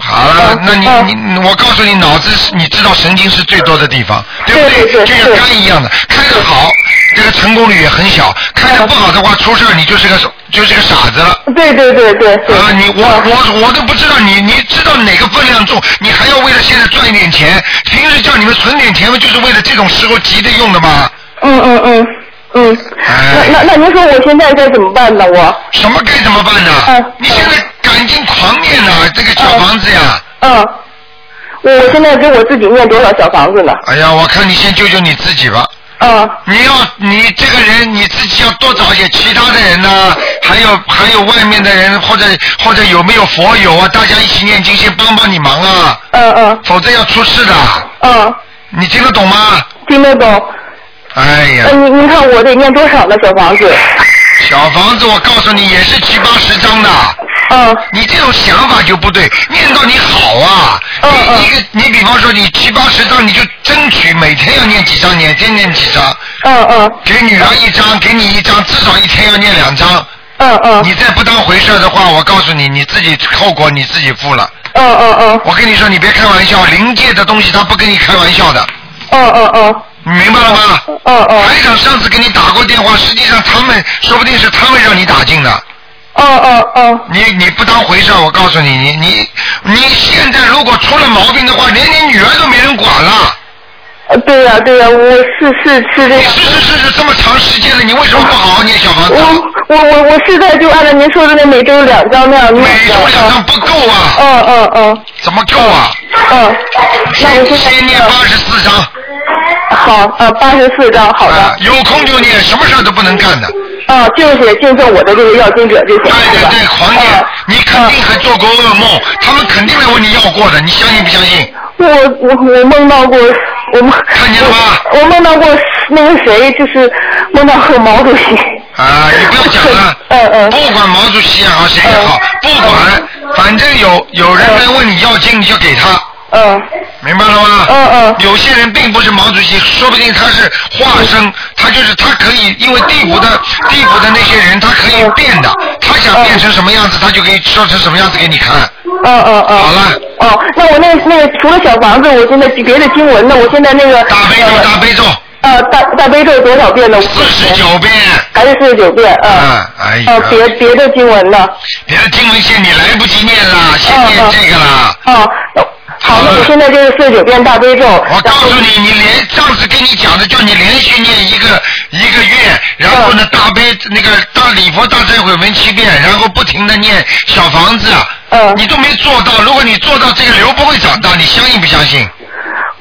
[SPEAKER 1] 好了，那你你我告诉你，脑子是你知道神经是最多的地方，对不对？就像肝一样的，开得好，这个成功率也很小；开得不好的话，出事儿你就是个就是个傻子了。
[SPEAKER 5] 对对对对。
[SPEAKER 1] 啊，你我我我都不知道你你知道哪个分量重，你还要为了现在赚一点钱，平时叫你们存点钱，不就是为了这种时候急的用的吗？
[SPEAKER 5] 嗯嗯嗯嗯。
[SPEAKER 1] 哎
[SPEAKER 5] 那那那您说我现在该怎么办呢？我。
[SPEAKER 1] 什么该怎么办呢？你现在赶紧狂念呐、这个小房子呀！
[SPEAKER 5] 嗯。我我现在给我自己念多少小房子呢？
[SPEAKER 1] 哎呀，我看你先救救你自己吧。
[SPEAKER 5] 嗯。
[SPEAKER 1] 你要你这个人你自己要多找一些其他的人呐、还有还有外面的人或者或者有没有佛友啊，大家一起念经先帮帮你忙啊。
[SPEAKER 5] 嗯嗯。
[SPEAKER 1] 否则要出事的。
[SPEAKER 5] 嗯。
[SPEAKER 1] 你听得懂吗？
[SPEAKER 5] 听得懂。
[SPEAKER 1] 哎呀
[SPEAKER 5] 呃，。您您看我得念多少呢？小房子？
[SPEAKER 1] 小房子，我告诉你也是七八十张的。
[SPEAKER 5] 嗯。
[SPEAKER 1] 你这种想法就不对，念到你好啊。嗯你一个，你比方说你七八十张，你就争取每天要念几张，每天念几张。
[SPEAKER 5] 嗯嗯。
[SPEAKER 1] 给女儿一张，给你一张，至少一天要念两张。
[SPEAKER 5] 嗯嗯。
[SPEAKER 1] 你再不当回事的话，我告诉你，你自己后果你自己负了。
[SPEAKER 5] 嗯嗯嗯。
[SPEAKER 1] 我跟你说，你别开玩笑，灵界的东西他不跟你开玩笑的。
[SPEAKER 5] 嗯嗯嗯。
[SPEAKER 1] 你明白了吗？
[SPEAKER 5] 嗯嗯。
[SPEAKER 1] 台长上次给你打过电话，实际上他们说不定是他们让你打进的。
[SPEAKER 5] 哦哦哦。
[SPEAKER 1] 你你不当回事，我告诉你，你你你现在如果出了毛病的话，连你女儿都没人管了。
[SPEAKER 5] 呃对呀、对呀、我是是是这样。
[SPEAKER 1] 是是是是，这么长时间了，你为什么不好好念小房子？
[SPEAKER 5] 我我我我现在就按照您说的那每周两张那样念。每周两
[SPEAKER 1] 张不够啊。
[SPEAKER 5] 嗯嗯嗯。
[SPEAKER 1] 怎么够啊？
[SPEAKER 5] 嗯，那我现在
[SPEAKER 1] 先念八十四张。
[SPEAKER 5] 好，呃，八十四张，好的。
[SPEAKER 1] 啊有空就念，什么事儿都不能干的。
[SPEAKER 5] 啊，就是敬奉我的这个要经者就行。对对对，
[SPEAKER 1] 狂念。
[SPEAKER 5] 啊
[SPEAKER 1] 你肯定还做过噩梦，
[SPEAKER 5] 嗯
[SPEAKER 1] 他们肯定来问你要过的，你相信不相信？
[SPEAKER 5] 我我我梦到过，我梦看见了我梦到过那个谁，就是梦到过毛主席。
[SPEAKER 1] 啊，你不要讲了。
[SPEAKER 5] 嗯嗯。
[SPEAKER 1] 不管毛主席也好，谁也好，不管，反正有有人来问你要经，你就给他。
[SPEAKER 5] 嗯。
[SPEAKER 1] 明白了吗？
[SPEAKER 5] 嗯嗯。
[SPEAKER 1] 有些人并不是毛主席，说不定他是化身，他就是他可以，因为地府的
[SPEAKER 5] 嗯
[SPEAKER 1] 地府的那些人，他可以变的，他想变成什么样子，他就可以说成什么样子给你看。
[SPEAKER 5] 嗯嗯嗯。好
[SPEAKER 1] 了。
[SPEAKER 5] 哦，那我那那个除了小房子，我现在别的经文呢，我现在那个。
[SPEAKER 1] 大悲咒，大悲咒。
[SPEAKER 5] 呃，大大悲咒多少遍呢？四十
[SPEAKER 1] 九遍。
[SPEAKER 5] 还是四十九遍？嗯。
[SPEAKER 1] 哎呀，
[SPEAKER 5] 哦，别别的经文呢？哦
[SPEAKER 1] 别的经文现你来不及念了，先念这个啦。
[SPEAKER 5] 哦，那好，那我现在就是四十九遍大悲咒。
[SPEAKER 1] 我告诉你，你连上次跟你讲的，叫你连续念一个一个月，然后
[SPEAKER 5] 哦
[SPEAKER 1] 呢大悲那个大礼佛大忏悔文七遍，然后不停的念小房子。啊
[SPEAKER 5] 嗯。
[SPEAKER 1] 你都没做到，如果你做到这个瘤不会长大，你相信不相信？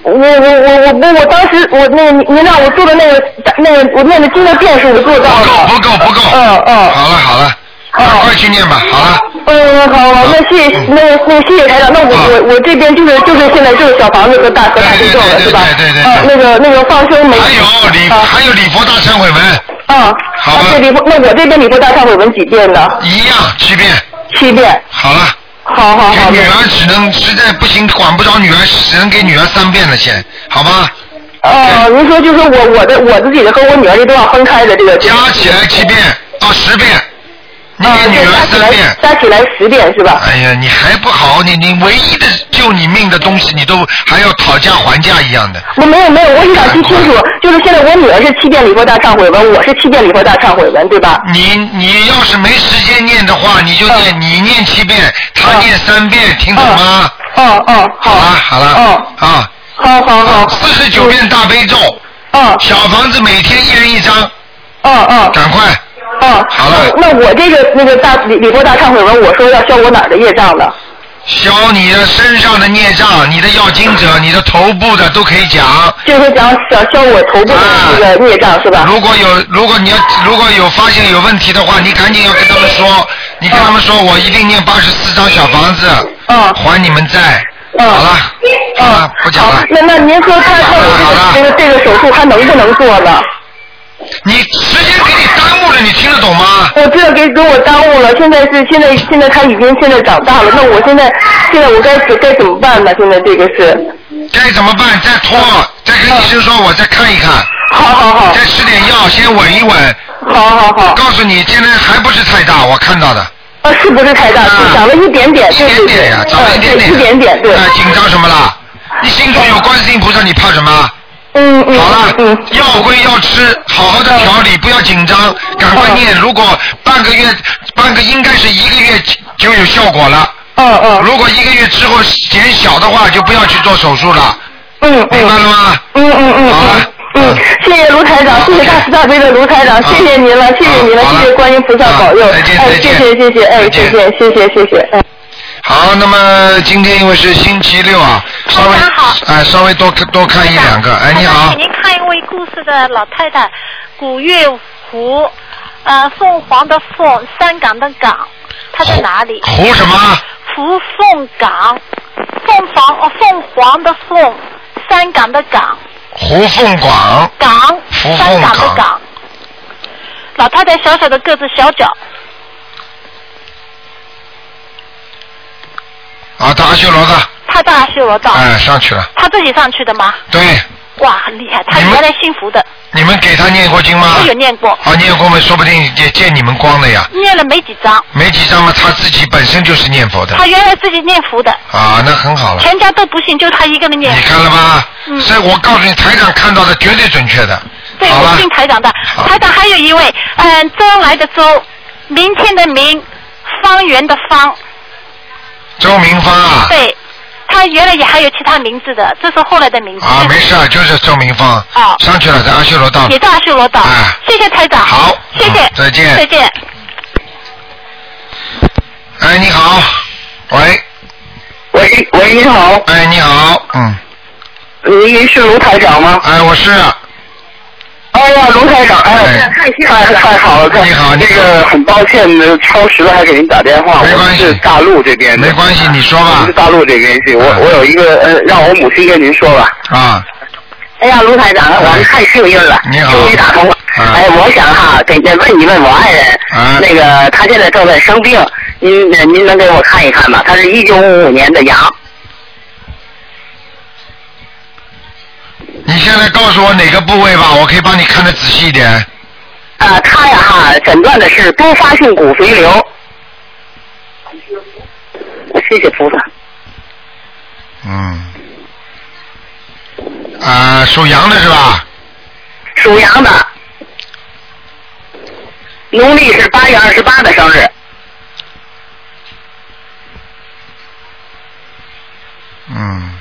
[SPEAKER 5] 我我我我我我当时我那个您您让我做的那个那个我念的经的遍数我做到了。
[SPEAKER 1] 不够不够。
[SPEAKER 5] 嗯嗯。
[SPEAKER 1] 好了好了，
[SPEAKER 5] 哦
[SPEAKER 1] 赶快去念吧，好了。
[SPEAKER 5] 嗯，好，好那谢谢那个那个谢谢台长，那我我我这边就是就是现在就是小房子和大和大悲咒了是吧？对对对。啊，那个那个放生没。啊还
[SPEAKER 1] 有礼还有礼佛大忏悔文。
[SPEAKER 5] 嗯。好吧。嗯那礼佛那我这边礼佛大忏悔文几遍呢？
[SPEAKER 1] 一样七遍。
[SPEAKER 5] 七遍。
[SPEAKER 1] 好了。
[SPEAKER 5] 好好
[SPEAKER 1] 给
[SPEAKER 5] 好。
[SPEAKER 1] 女儿只能实在不行，管不着女儿，只能给女儿三遍了，先，好吗？
[SPEAKER 5] 哦，您说就是我我的我自己的和我女儿这都要分开的这个。啊
[SPEAKER 1] 加起来七遍到十遍，你给女儿三遍。
[SPEAKER 5] 加起来十遍是吧？
[SPEAKER 1] 哎呀，你还不好，你你唯一的救你命的东西，你都还要讨价还价一样的。
[SPEAKER 5] 我没有没有，我一想听清楚，
[SPEAKER 1] 嗯
[SPEAKER 5] 就是现在我女儿是七遍礼佛大忏悔文，我是七遍礼佛大忏悔文，对吧？
[SPEAKER 1] 你你要是没时间念的话，你就念、
[SPEAKER 5] 嗯
[SPEAKER 1] 你念七遍，他念三遍，听懂吗？
[SPEAKER 5] 哦哦，嗯好
[SPEAKER 1] 啊，好了，
[SPEAKER 5] 哦
[SPEAKER 1] 啊，
[SPEAKER 5] 好好好，
[SPEAKER 1] 四十九遍大悲咒，
[SPEAKER 5] 哦，
[SPEAKER 1] 小房子每天一人一张，
[SPEAKER 5] 哦哦，
[SPEAKER 1] 赶快，
[SPEAKER 5] 哦，
[SPEAKER 1] 好了，
[SPEAKER 5] 那我这个那个大礼礼佛大忏悔文，我说要消我哪儿的业障呢？
[SPEAKER 1] 消你的身上的孽障，你的要经者，你的头部的都可以讲。
[SPEAKER 5] 就是讲想消我头部的
[SPEAKER 1] 啊
[SPEAKER 5] 那个孽障是吧？
[SPEAKER 1] 如果有，如果你要如果有发现有问题的话，你赶紧要跟他们说，你跟他们说，我一定念八十四张小房子，
[SPEAKER 5] 嗯
[SPEAKER 1] 还你们债。嗯好了，好了，不讲了。
[SPEAKER 5] 那那您说他那我这个这个手术还能不能做呢？
[SPEAKER 1] 你时间给你耽误了，你听得懂吗？
[SPEAKER 5] 我这给给我耽误了，现在是现在现在他已经现在长大了，那我现在现在我该怎该怎么办呢？现在这个是，
[SPEAKER 1] 该怎么办？再拖，再跟医生说，我再看一看。
[SPEAKER 5] 好好好。
[SPEAKER 1] 再吃点药，先稳一稳。
[SPEAKER 5] 好好好。
[SPEAKER 1] 告诉你，现在还不是太大，我看到的。
[SPEAKER 5] 啊，是不是太大？长了一点点，对对对，
[SPEAKER 1] 哎呀，长了一点点。
[SPEAKER 5] 一点点，嗯对。
[SPEAKER 1] 哎，紧张什么啦？你心中有观世音菩萨，你怕什么？
[SPEAKER 5] 嗯嗯。
[SPEAKER 1] 好了，药归要吃，好好的调理，不要紧张，赶快念。如果半个月，半个应该是一个月就有效果了。
[SPEAKER 5] 嗯嗯。
[SPEAKER 1] 如果一个月之后减小的话，就不要去做手术了。
[SPEAKER 5] 嗯嗯。
[SPEAKER 1] 明白了吗？
[SPEAKER 5] 嗯嗯嗯。
[SPEAKER 1] 好了。
[SPEAKER 5] 嗯，谢谢卢台长，谢谢大慈大悲的卢台
[SPEAKER 1] 啊
[SPEAKER 5] 长，谢谢您了，谢谢您了，谢谢观音菩萨保佑，哎，谢谢谢谢，哎，谢谢谢谢谢谢，哎。
[SPEAKER 1] 好，那么今天因为是星期六啊，稍微哎稍微多多看一两个。哎，你好
[SPEAKER 6] 给，您看一位故事的老太太，古月湖，呃，凤凰的凤，山港的港，她在哪里？
[SPEAKER 1] 胡什么？
[SPEAKER 6] 福凤港，凤凰哦，凤凰的凤，山港的港，
[SPEAKER 1] 胡凤广，
[SPEAKER 6] 港，
[SPEAKER 1] 福
[SPEAKER 6] 山
[SPEAKER 1] 凤
[SPEAKER 6] 港的
[SPEAKER 1] 港，
[SPEAKER 6] 港。老太太小小的个子，小脚，
[SPEAKER 1] 啊，到阿修罗的，
[SPEAKER 6] 她在阿修罗道，
[SPEAKER 1] 哎，上去了。
[SPEAKER 6] 她自己上去的吗？
[SPEAKER 1] 对，
[SPEAKER 6] 哇，很厉害，她原来信佛的，
[SPEAKER 1] 你们给他念过经吗
[SPEAKER 6] 我？有念过，
[SPEAKER 1] 嗯啊，念过吗？说不定也借你们光的呀。
[SPEAKER 6] 念了没几张，
[SPEAKER 1] 没几张嘛，他自己本身就是念佛的。
[SPEAKER 6] 她原来自己念佛的，
[SPEAKER 1] 啊，那很好了。
[SPEAKER 6] 全家都不信，就她一个人哎念。
[SPEAKER 1] 你看了吗？
[SPEAKER 6] 嗯
[SPEAKER 1] 所以我告诉你，台长看到的绝对准确的。
[SPEAKER 6] 对，我信台长的。台长还有一位，嗯，周恩来的周，明天的明，方圆的方。
[SPEAKER 1] 啊周明芳啊，
[SPEAKER 6] 对，他原来也还有其他名字的，这是后来的名字。
[SPEAKER 1] 啊，没事啊，啊就是周明芳。
[SPEAKER 6] 哦
[SPEAKER 1] 上去了，在阿修罗道了
[SPEAKER 6] 也。在阿修罗岛。谢谢台长。好。谢谢。
[SPEAKER 1] 啊再见
[SPEAKER 6] 再见。
[SPEAKER 1] 哎，你好，喂，
[SPEAKER 2] 喂喂，你好。
[SPEAKER 1] 哎，你好，嗯。
[SPEAKER 2] 您是卢台长吗？
[SPEAKER 1] 哎，我是。
[SPEAKER 2] 哎呀，卢台长，哎，太太好了，太你好，那个很抱歉，超时了还给您打电话，我是大陆这边的，没关
[SPEAKER 1] 系，你说吧。
[SPEAKER 2] 我是大陆这边去，我我有一个，呃，让我母亲跟您说吧。
[SPEAKER 1] 啊，
[SPEAKER 2] 哎呀，卢台长，我们太幸运了，
[SPEAKER 1] 你好
[SPEAKER 2] 终于打通了。哎，我想哈，给再问一问我爱人，
[SPEAKER 1] 啊
[SPEAKER 2] 那个他现在正在生病，您呃您能给我看一看吗？他是一九五五年的羊，
[SPEAKER 1] 你现在告诉我哪个部位吧，我可以帮你看得仔细一点。
[SPEAKER 2] 啊，他呀哈，诊断的是多发性骨肥瘤。谢谢菩萨。
[SPEAKER 1] 嗯。啊，属羊的是吧？
[SPEAKER 5] 属羊的，农历是八月二十八的生日。
[SPEAKER 1] 嗯，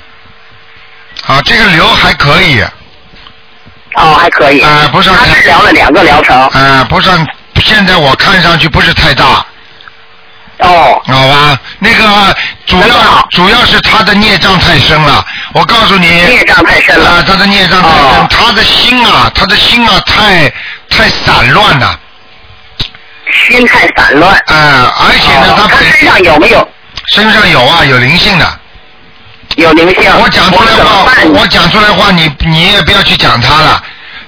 [SPEAKER 1] 好，这个瘤还可以。
[SPEAKER 5] 哦，还可以。
[SPEAKER 1] 啊、不算太。
[SPEAKER 5] 聊了两个疗程。
[SPEAKER 1] 啊、不算，现在我看上去不是太大。
[SPEAKER 5] 哦。
[SPEAKER 1] 好吧，那个主要主要是他的孽障太深了，我告诉你。孽
[SPEAKER 5] 障太深
[SPEAKER 1] 嗯了。啊、他的孽障太深，他的心啊，他的心啊，太太散乱了。
[SPEAKER 5] 心太散乱。哦
[SPEAKER 1] 啊、而且呢，他他身
[SPEAKER 5] 上有没有？
[SPEAKER 1] 身上有啊，有灵性的。
[SPEAKER 5] 有灵性。
[SPEAKER 1] 我讲出来话，我讲出来话，你你也不要去讲他了。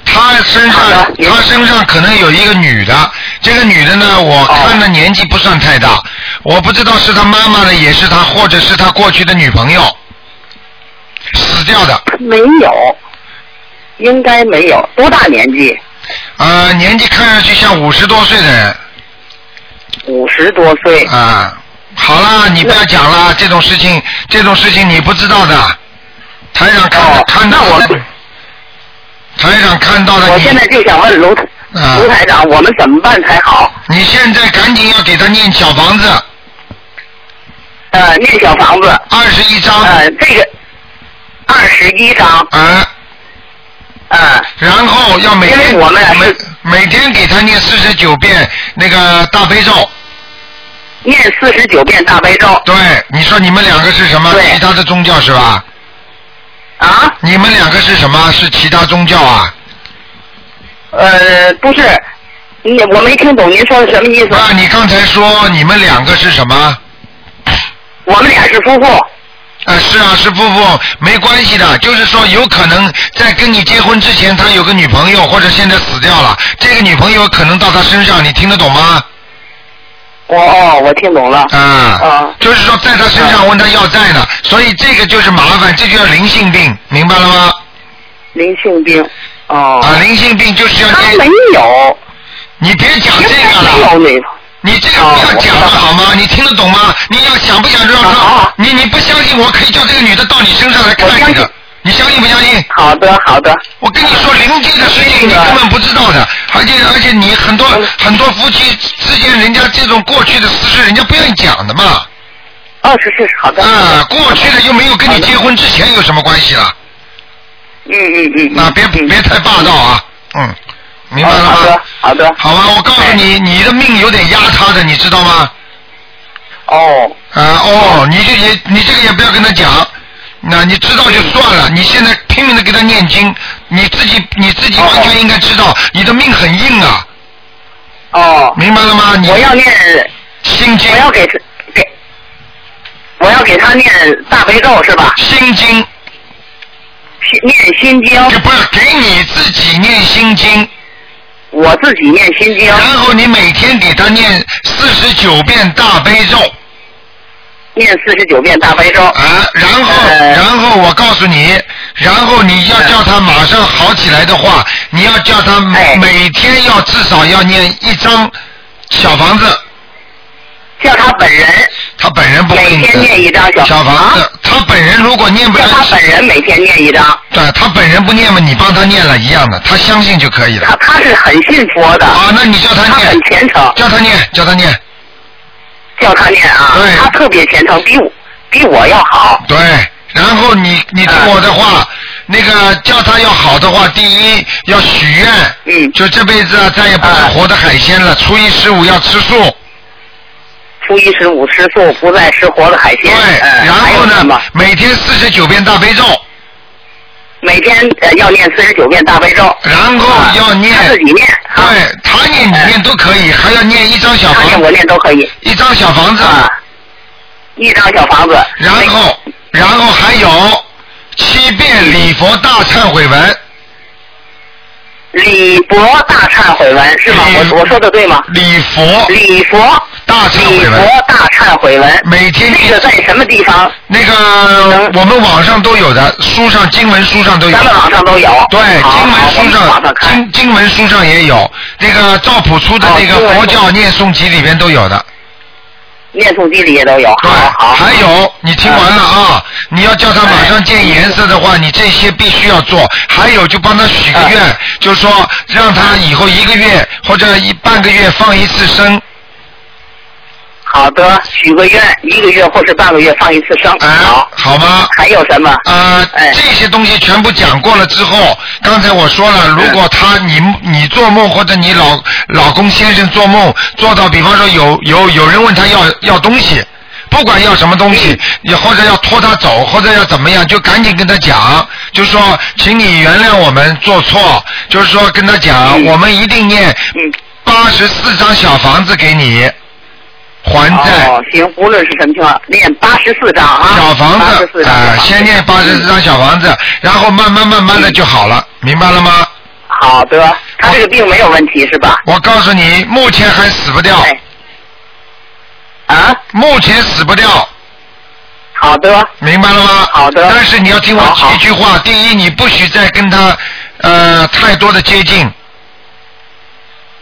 [SPEAKER 1] 他身上，他身上可能有一个女的，这个女的呢，我看的年纪不算太大，我不知道是他妈妈呢，也是他，或者是他过去的女朋友，死掉的。
[SPEAKER 5] 没有，应该没有。多大年纪？
[SPEAKER 1] 呃，年纪看上去像五十多岁的人。
[SPEAKER 5] 五十多岁。
[SPEAKER 1] 啊，好啦，你不要讲啦，这种事情，这种事情你不知道的。台长看、看到我，台长看到了你。
[SPEAKER 5] 我现在就想问卢
[SPEAKER 1] 啊
[SPEAKER 5] 卢台长，我们怎么办才好？
[SPEAKER 1] 你现在赶紧要给他念小房子。
[SPEAKER 5] 呃，念小房子。
[SPEAKER 1] 二十一张。
[SPEAKER 5] 呃，这个二十一张。
[SPEAKER 1] 啊。
[SPEAKER 5] 啊。
[SPEAKER 1] 然后要每天我们每每天给他念四十九遍那个大悲咒。
[SPEAKER 5] 念四十九遍大悲咒。
[SPEAKER 1] 对，你说你们两个是什么？其他的宗教是吧？
[SPEAKER 5] 啊？
[SPEAKER 1] 你们两个是什么？是其他宗教啊？
[SPEAKER 5] 呃，不是，你我没听懂您说的什么意思。
[SPEAKER 1] 啊，你刚才说你们两个是什么？
[SPEAKER 5] 我们俩是夫妇。
[SPEAKER 1] 啊，是啊，是夫妇，没关系的。就是说，有可能在跟你结婚之前，他有个女朋友，或者现在死掉了，这个女朋友可能到他身上，你听得懂吗？
[SPEAKER 5] 我哦，我听懂了。
[SPEAKER 1] 啊。啊。就是说，在他身
[SPEAKER 5] 啊
[SPEAKER 1] 上问他要债呢，所以这个就是麻烦，这就叫灵性病，明白了吗？
[SPEAKER 5] 灵性病。哦。
[SPEAKER 1] 啊，灵性病就是要
[SPEAKER 5] 他没有。
[SPEAKER 1] 你别讲这个了。你这个不要讲了好吗？你听得懂吗？你要想不想知道
[SPEAKER 5] 啊
[SPEAKER 1] 他？你你不相信，我可以叫这个女的到你身上来看你的。你相信不相信？
[SPEAKER 5] 好的，好的。
[SPEAKER 1] 我跟你说，灵界的事情
[SPEAKER 5] 啊
[SPEAKER 1] 你根本不知道的，而且而且你很多
[SPEAKER 5] 嗯
[SPEAKER 1] 很多夫妻之间，人家这种过去的私事，人家不愿意讲的嘛。
[SPEAKER 5] 哦，是是，好的。
[SPEAKER 1] 啊，过去的又没有跟你结婚之前有什么关系了？
[SPEAKER 5] 嗯嗯嗯。哦
[SPEAKER 1] 啊，别别太霸道啊，嗯，明白了吗？好的，
[SPEAKER 5] 好的。哎
[SPEAKER 1] 好吧，我告诉你，你的命有点压他的，你知道吗？
[SPEAKER 5] 哦。
[SPEAKER 1] 啊哦，你这也你这个也不要跟他讲，那你知道就
[SPEAKER 5] 嗯
[SPEAKER 1] 算了，你现在拼命的给他念经，你自己你自己完全应该知道，你的命很硬啊。
[SPEAKER 5] 哦。
[SPEAKER 1] 明白了吗？你
[SPEAKER 5] 我要念
[SPEAKER 1] 心经，
[SPEAKER 5] 我要给他给，我要给他念大悲咒是吧？
[SPEAKER 1] 心经。
[SPEAKER 5] 念心经。
[SPEAKER 1] 这不是给你自己念心
[SPEAKER 5] 哦
[SPEAKER 1] 经。
[SPEAKER 5] 我自己念心经。然
[SPEAKER 1] 后你每天给他念四十九遍大悲咒。
[SPEAKER 5] 念四十九遍大悲咒。
[SPEAKER 1] 啊，然后，
[SPEAKER 5] 呃
[SPEAKER 1] 然后我告诉你，然后你要叫他马上好起来的话，
[SPEAKER 5] 哎
[SPEAKER 1] 你要叫他每天要至少要念一张小房子。
[SPEAKER 5] 叫他本人。
[SPEAKER 1] 他本人不会
[SPEAKER 5] 每天念一张小啊
[SPEAKER 1] 小房子，他本人如果念不了。
[SPEAKER 5] 他本人每天念一张。
[SPEAKER 1] 对他本人不念嘛，你帮他念了一样的，他相信就可以了。他
[SPEAKER 5] 他是很信佛的。
[SPEAKER 1] 啊，那你叫他念。
[SPEAKER 5] 他很虔诚。
[SPEAKER 1] 叫他念，叫他念。
[SPEAKER 5] 叫他念啊。
[SPEAKER 1] 对。
[SPEAKER 5] 他特别虔诚，比我比我要好。
[SPEAKER 1] 对，然后你你
[SPEAKER 5] 啊
[SPEAKER 1] 听我的话，那个叫他要好的话，第一要许愿， 嗯，就这辈子啊再也不吃活的海鲜了，初一十五要吃素，
[SPEAKER 5] 初一十五吃素，不再吃活的海鲜。呃对，哎
[SPEAKER 1] 然后呢，每天四十九遍大悲咒，
[SPEAKER 5] 每天呃要念四十九遍大悲咒。啊
[SPEAKER 1] 然后要念
[SPEAKER 5] 他自己念。
[SPEAKER 1] 对，他念你念都可以，还要念一张小房子，
[SPEAKER 5] 我念都可以，啊
[SPEAKER 1] 一张小房子，
[SPEAKER 5] 一张小房子，
[SPEAKER 1] 嗯然后然后还有七遍礼佛大忏悔文，
[SPEAKER 5] 礼佛大忏悔文是吗？我我说的对吗？
[SPEAKER 1] 礼佛。
[SPEAKER 5] 礼佛。
[SPEAKER 1] 大嗯哦忏悔文
[SPEAKER 5] 礼佛大忏悔文。
[SPEAKER 1] 每天。
[SPEAKER 5] 这个在嗯什么地方？
[SPEAKER 1] 那个我们网上都有的，书上经文书上都有。咱们
[SPEAKER 5] 网上都有。
[SPEAKER 1] 对，经文书上经经文书
[SPEAKER 5] 啊
[SPEAKER 1] 上也有，那个赵朴初的那个佛教念诵集里边都有的。
[SPEAKER 5] 念处机里也都有。好，嗯
[SPEAKER 1] 还有，你听完了啊！你要叫他马上见颜色的话，你这些必须要做。还有，就帮他许个
[SPEAKER 5] 嗯
[SPEAKER 1] 愿，就是说让他以后一个月或者一半个月放一次生。
[SPEAKER 5] 好的，许个愿，一个月或是半个月放一次生。好，
[SPEAKER 1] 啊好吗？
[SPEAKER 5] 还有什么？
[SPEAKER 1] 呃，这些东西全部讲过了之后，刚才我说了，如果他你你做梦或者你老老公先生做梦做到，比方说有有有人问他要要东西，不管要什么东西，也或者要拖他走，或者要怎么样，就赶紧跟他讲，就说请你原谅我们做错，就是说跟他讲，我们一定念八十四张小房子给你。还债。
[SPEAKER 5] 哦，行，无论是什么情况，念八十四章啊。
[SPEAKER 1] 小房
[SPEAKER 5] 八
[SPEAKER 1] 子
[SPEAKER 5] 十四章。
[SPEAKER 1] 啊、先念八十四张小房子，然后慢慢慢慢的就好了，明白了吗？
[SPEAKER 5] 嗯好的，他这个病没有问题是吧？哎
[SPEAKER 1] 我告诉你，目前还死不掉。
[SPEAKER 5] 啊？
[SPEAKER 1] 目前死不掉。
[SPEAKER 5] 好的。
[SPEAKER 1] 明白了吗？
[SPEAKER 5] 好的。
[SPEAKER 1] 但是你要听我几句话，第一，你不许再跟他呃太多的接近。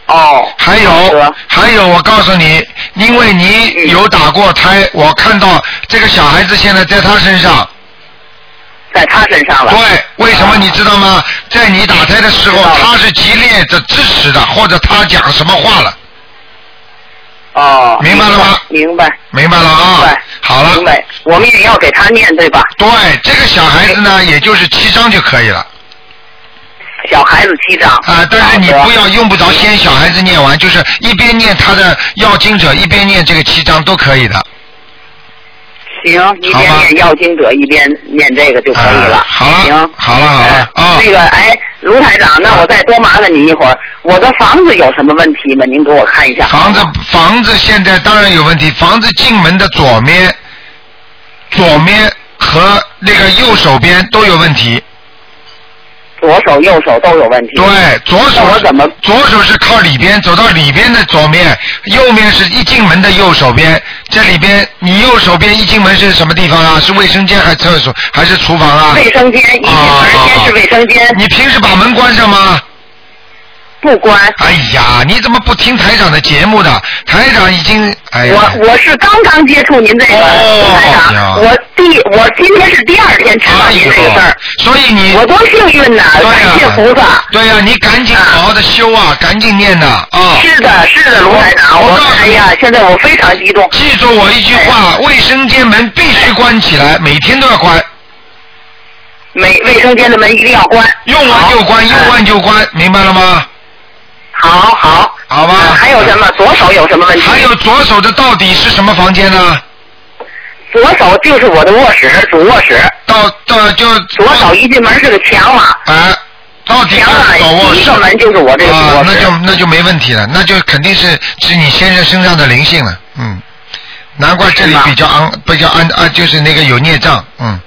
[SPEAKER 5] 哦。
[SPEAKER 1] 还有，还有，我告诉你，因为
[SPEAKER 5] 嗯
[SPEAKER 1] 你有打过胎，我看到这个小孩子现在在他身上。
[SPEAKER 5] 在他身上了。
[SPEAKER 1] 对，为什么你知道吗？在你打胎的时候，他是激烈的支持的，或者他讲什么话了，
[SPEAKER 5] 哦。
[SPEAKER 1] 明白了吗？
[SPEAKER 5] 明白。
[SPEAKER 1] 明白了啊？好了。
[SPEAKER 5] 明白。我们也要给他念对吧？
[SPEAKER 1] 对，这个小孩子呢，也就是七张就可以了。
[SPEAKER 5] 小孩子七张。
[SPEAKER 1] 啊，但是你不要用不着先小孩子念完，就是一边念他的要经者，一边念这个七张都可以的。
[SPEAKER 5] 行，一边念要经者，一边念这个就可以了。
[SPEAKER 1] 啊好了，
[SPEAKER 5] 行，
[SPEAKER 1] 好了，好了，哦
[SPEAKER 5] 啊。那个，哎，卢台长，那我再多麻烦您一会儿，我的房子有什么问题吗？您给我看一下。
[SPEAKER 1] 房子房子现在当然有问题，房子进门的左面、左面和那个右手边都有问题。
[SPEAKER 5] 左手右手都有问题。
[SPEAKER 1] 对，啊左手
[SPEAKER 5] 嗯那我怎么？
[SPEAKER 1] 左手是靠里边，走到里边的左面，右面是一进门的右手边。这里边，你右手边一进门是什么地方啊？是卫生间还是厕所还是厨房啊？
[SPEAKER 5] 卫生间，一进门先是卫生间。
[SPEAKER 1] 你平时把门关上吗？
[SPEAKER 5] 不关。
[SPEAKER 1] 哎呀，你怎么不听台长的节目的？台长已经哎呀。哦
[SPEAKER 5] 我我是刚刚接触您这个，卢台长，我第我今天是第二天知道您这个事儿，
[SPEAKER 1] 哎所以你
[SPEAKER 5] 我多幸运呐，感谢菩萨。
[SPEAKER 1] 对呀、你赶紧好好的修啊，赶紧念呐啊！
[SPEAKER 5] 是的，是的，卢台长，我哎呀，现在我非常激动。
[SPEAKER 1] 记住我一句
[SPEAKER 5] 哎
[SPEAKER 1] 话，卫生间门必须关起来，每天都要关。
[SPEAKER 5] 每卫生间的门一定要关。
[SPEAKER 1] 用完就关，用完就关，明白了吗？
[SPEAKER 5] 好好。啊
[SPEAKER 1] 好吧。
[SPEAKER 5] 还有什么？左手有什么问题？
[SPEAKER 1] 还有左手的到底是什么房间呢？
[SPEAKER 5] 左手就是我的卧室，主卧室。
[SPEAKER 1] 到到就
[SPEAKER 5] 左手一进门是个墙嘛。
[SPEAKER 1] 啊。到底
[SPEAKER 5] 墙啊，一个门就是我这个主
[SPEAKER 1] 啊
[SPEAKER 5] 卧，
[SPEAKER 1] 那
[SPEAKER 5] 室。
[SPEAKER 1] 就那就没问题了，那就肯定是是你先生身上的灵性了，嗯，难怪这里比较肮比较肮啊，就是那个有孽障，嗯，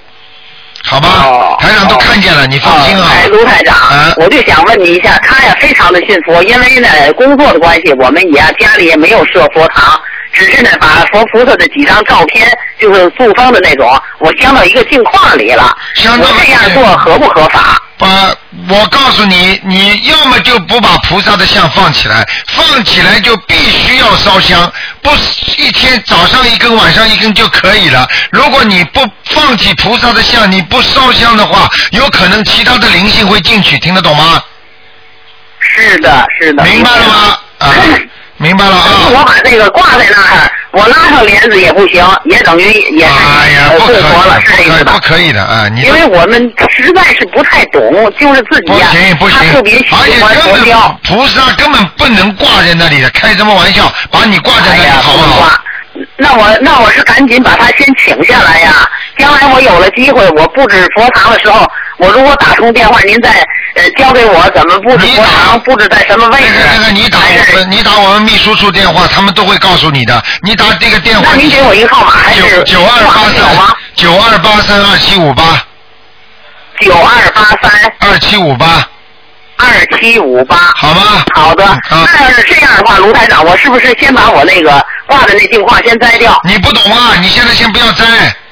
[SPEAKER 1] 好吧，
[SPEAKER 5] 哦
[SPEAKER 1] 台长都看见了，你放心啊，啊
[SPEAKER 5] 哎，卢台长，我就想问你一下，他呀非常的信佛，因为呢工作的关系，我们也家里也没有设佛堂，只是呢把佛菩萨的几张照片，就是塑封的那种，我镶到一个镜框里了。我这样做合不合法？
[SPEAKER 1] 把我告诉你，你要么就不把菩萨的像放起来，放起来就必须要烧香，不是一天早上一根，晚上一根就可以了。如果你不放起菩萨的像，你不烧香的话，有可能其他的灵性会进去，听得懂吗？
[SPEAKER 5] 是的，是的。
[SPEAKER 1] 明白了吗？啊， 明白了啊。
[SPEAKER 5] 我把这个挂在那儿，我拉上帘子也不行，也等于也是呃
[SPEAKER 1] 哎不可
[SPEAKER 5] 信
[SPEAKER 1] 以
[SPEAKER 5] 佛了，
[SPEAKER 1] 的，
[SPEAKER 5] 是
[SPEAKER 1] 不
[SPEAKER 5] 这意
[SPEAKER 1] 可以，
[SPEAKER 5] 思吧
[SPEAKER 1] 不？可以的啊！你
[SPEAKER 5] 因为我们实在是不太懂，就是自己呀、
[SPEAKER 1] 不行，
[SPEAKER 5] 啊他特别喜
[SPEAKER 1] 而且
[SPEAKER 5] 欢佛
[SPEAKER 1] 根本
[SPEAKER 5] 雕。
[SPEAKER 1] 菩萨根本不能挂在那里的，开什么玩笑？把你挂
[SPEAKER 5] 哎
[SPEAKER 1] 在那里好不好？
[SPEAKER 5] 那我那我是赶紧把他先请下来呀、将来我有了机会，我布置佛堂的时候，我如果打通电话，您再呃教给我怎么布置佛堂，布置在什么位置。
[SPEAKER 1] 那个你打我们，你打我们秘书处电话，他们都会告诉你的。你打这个电话，
[SPEAKER 5] 那您给我一个号码还是
[SPEAKER 1] 九九二八三九二八三二七五八
[SPEAKER 5] 九二八三
[SPEAKER 1] 二七五八，
[SPEAKER 5] 二七五八，
[SPEAKER 1] 好吗？
[SPEAKER 5] 好的，
[SPEAKER 1] 嗯
[SPEAKER 5] 那要是这样的话，卢台长，我是不是先把我那个挂的那镜框先摘掉？
[SPEAKER 1] 嗯你不懂啊！你现在先不要摘，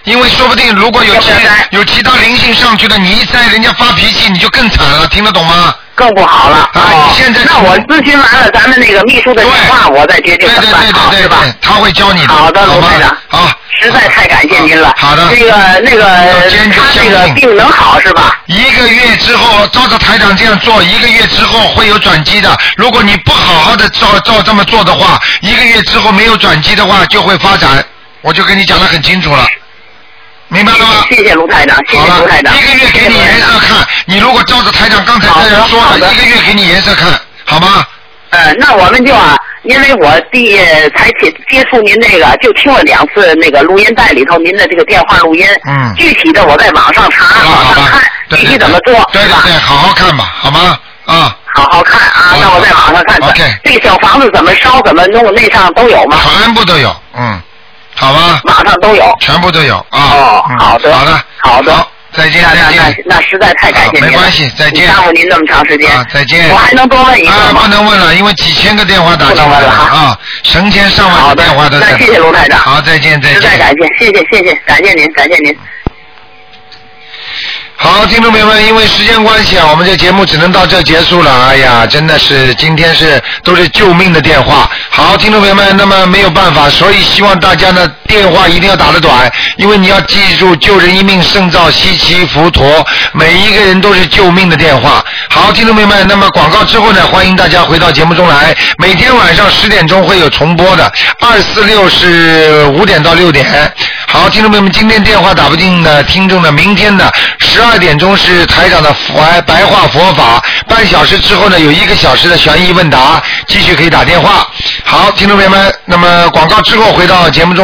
[SPEAKER 1] 因为说不定如果有其有其他灵性上去的，你一塞人家发脾气，你就更惨了，听得懂吗？
[SPEAKER 5] 更不好了哦
[SPEAKER 1] 啊！你现在
[SPEAKER 5] 那我咨询完了咱们那个秘书的电话，我再接
[SPEAKER 1] 对
[SPEAKER 5] 听
[SPEAKER 1] 对对对对对，他会教你的。
[SPEAKER 5] 好的，
[SPEAKER 1] 好
[SPEAKER 5] 罗
[SPEAKER 1] 吧
[SPEAKER 5] 台长，
[SPEAKER 1] 好，
[SPEAKER 5] 实在太感谢您了。
[SPEAKER 1] 嗯好的
[SPEAKER 5] 这个那个
[SPEAKER 1] 要坚持
[SPEAKER 5] 他
[SPEAKER 1] 相
[SPEAKER 5] 这个
[SPEAKER 1] 信
[SPEAKER 5] 病能好是吧？
[SPEAKER 1] 一个月之后，照着台长这样做，一个月之后会有转机的。如果你不好好的照照这么做的话，一个月之后没有转机的话，就会发展。我就跟你讲的很清楚了，明白了吗？
[SPEAKER 5] 谢谢卢台长，谢谢卢台长。
[SPEAKER 1] 一个月给你颜色看，你如果照着台长刚才那样说
[SPEAKER 5] 好
[SPEAKER 1] 的，
[SPEAKER 5] 的
[SPEAKER 1] 一个月给你颜色看，好吗？
[SPEAKER 5] 呃，那我们就啊，因为我第一才接接触您那个，就听了两次那个录音带里头您的这个电话录音。
[SPEAKER 1] 嗯
[SPEAKER 5] 具体的我在网上查，网上看具体怎么做，
[SPEAKER 1] 对对对，好好看吧，好吗？啊，
[SPEAKER 5] 好好看啊。那我在网上看。
[SPEAKER 1] OK
[SPEAKER 5] 这个小房子怎么烧，怎么弄，那上都有吗？
[SPEAKER 1] 全部都有，嗯，好吧。
[SPEAKER 5] 网上都有。
[SPEAKER 1] 全部都有啊。哦，好的，好的，
[SPEAKER 5] 好
[SPEAKER 1] 的，再见，
[SPEAKER 5] 那
[SPEAKER 1] 再
[SPEAKER 5] 那
[SPEAKER 1] 见
[SPEAKER 5] 那。那实在太感谢您了。
[SPEAKER 1] 没关系再见
[SPEAKER 5] 耽误您那么长时间。
[SPEAKER 1] 啊，再见。
[SPEAKER 5] 我还能多问一个
[SPEAKER 1] 啊，
[SPEAKER 5] 吗
[SPEAKER 1] 不能问了，因为几千个电话打进
[SPEAKER 5] 不能
[SPEAKER 1] 来
[SPEAKER 5] 问了啊
[SPEAKER 1] 啊，成千上万
[SPEAKER 5] 好
[SPEAKER 1] 的
[SPEAKER 5] 的
[SPEAKER 1] 电话都在。
[SPEAKER 5] 那谢谢卢台长
[SPEAKER 1] 好，再见，再
[SPEAKER 5] 实在
[SPEAKER 1] 见。
[SPEAKER 5] 感谢，谢谢谢谢，感谢您，感谢您。
[SPEAKER 1] 好，听众朋友们，因为时间关系啊，我们这节目只能到这结束了。哎呀，真的是今天是都是救命的电话。好，听众朋友们，那么没有办法，所以希望大家呢电话一定要打得短，因为你要记住救人一命胜造七级浮屠，每一个人都是救命的电话。好，听众朋友们，那么广告之后呢，欢迎大家回到节目中来，每天晚上十点钟会有重播的，二四六是五点到六点。好，听众朋友们，今天电话打不进的听众呢，明天呢十二点钟是台长的佛哎白话佛法，半小时之后呢有一个小时的悬疑问答，继续可以打电话。好，听众朋友们，那么广告之后回到节目中。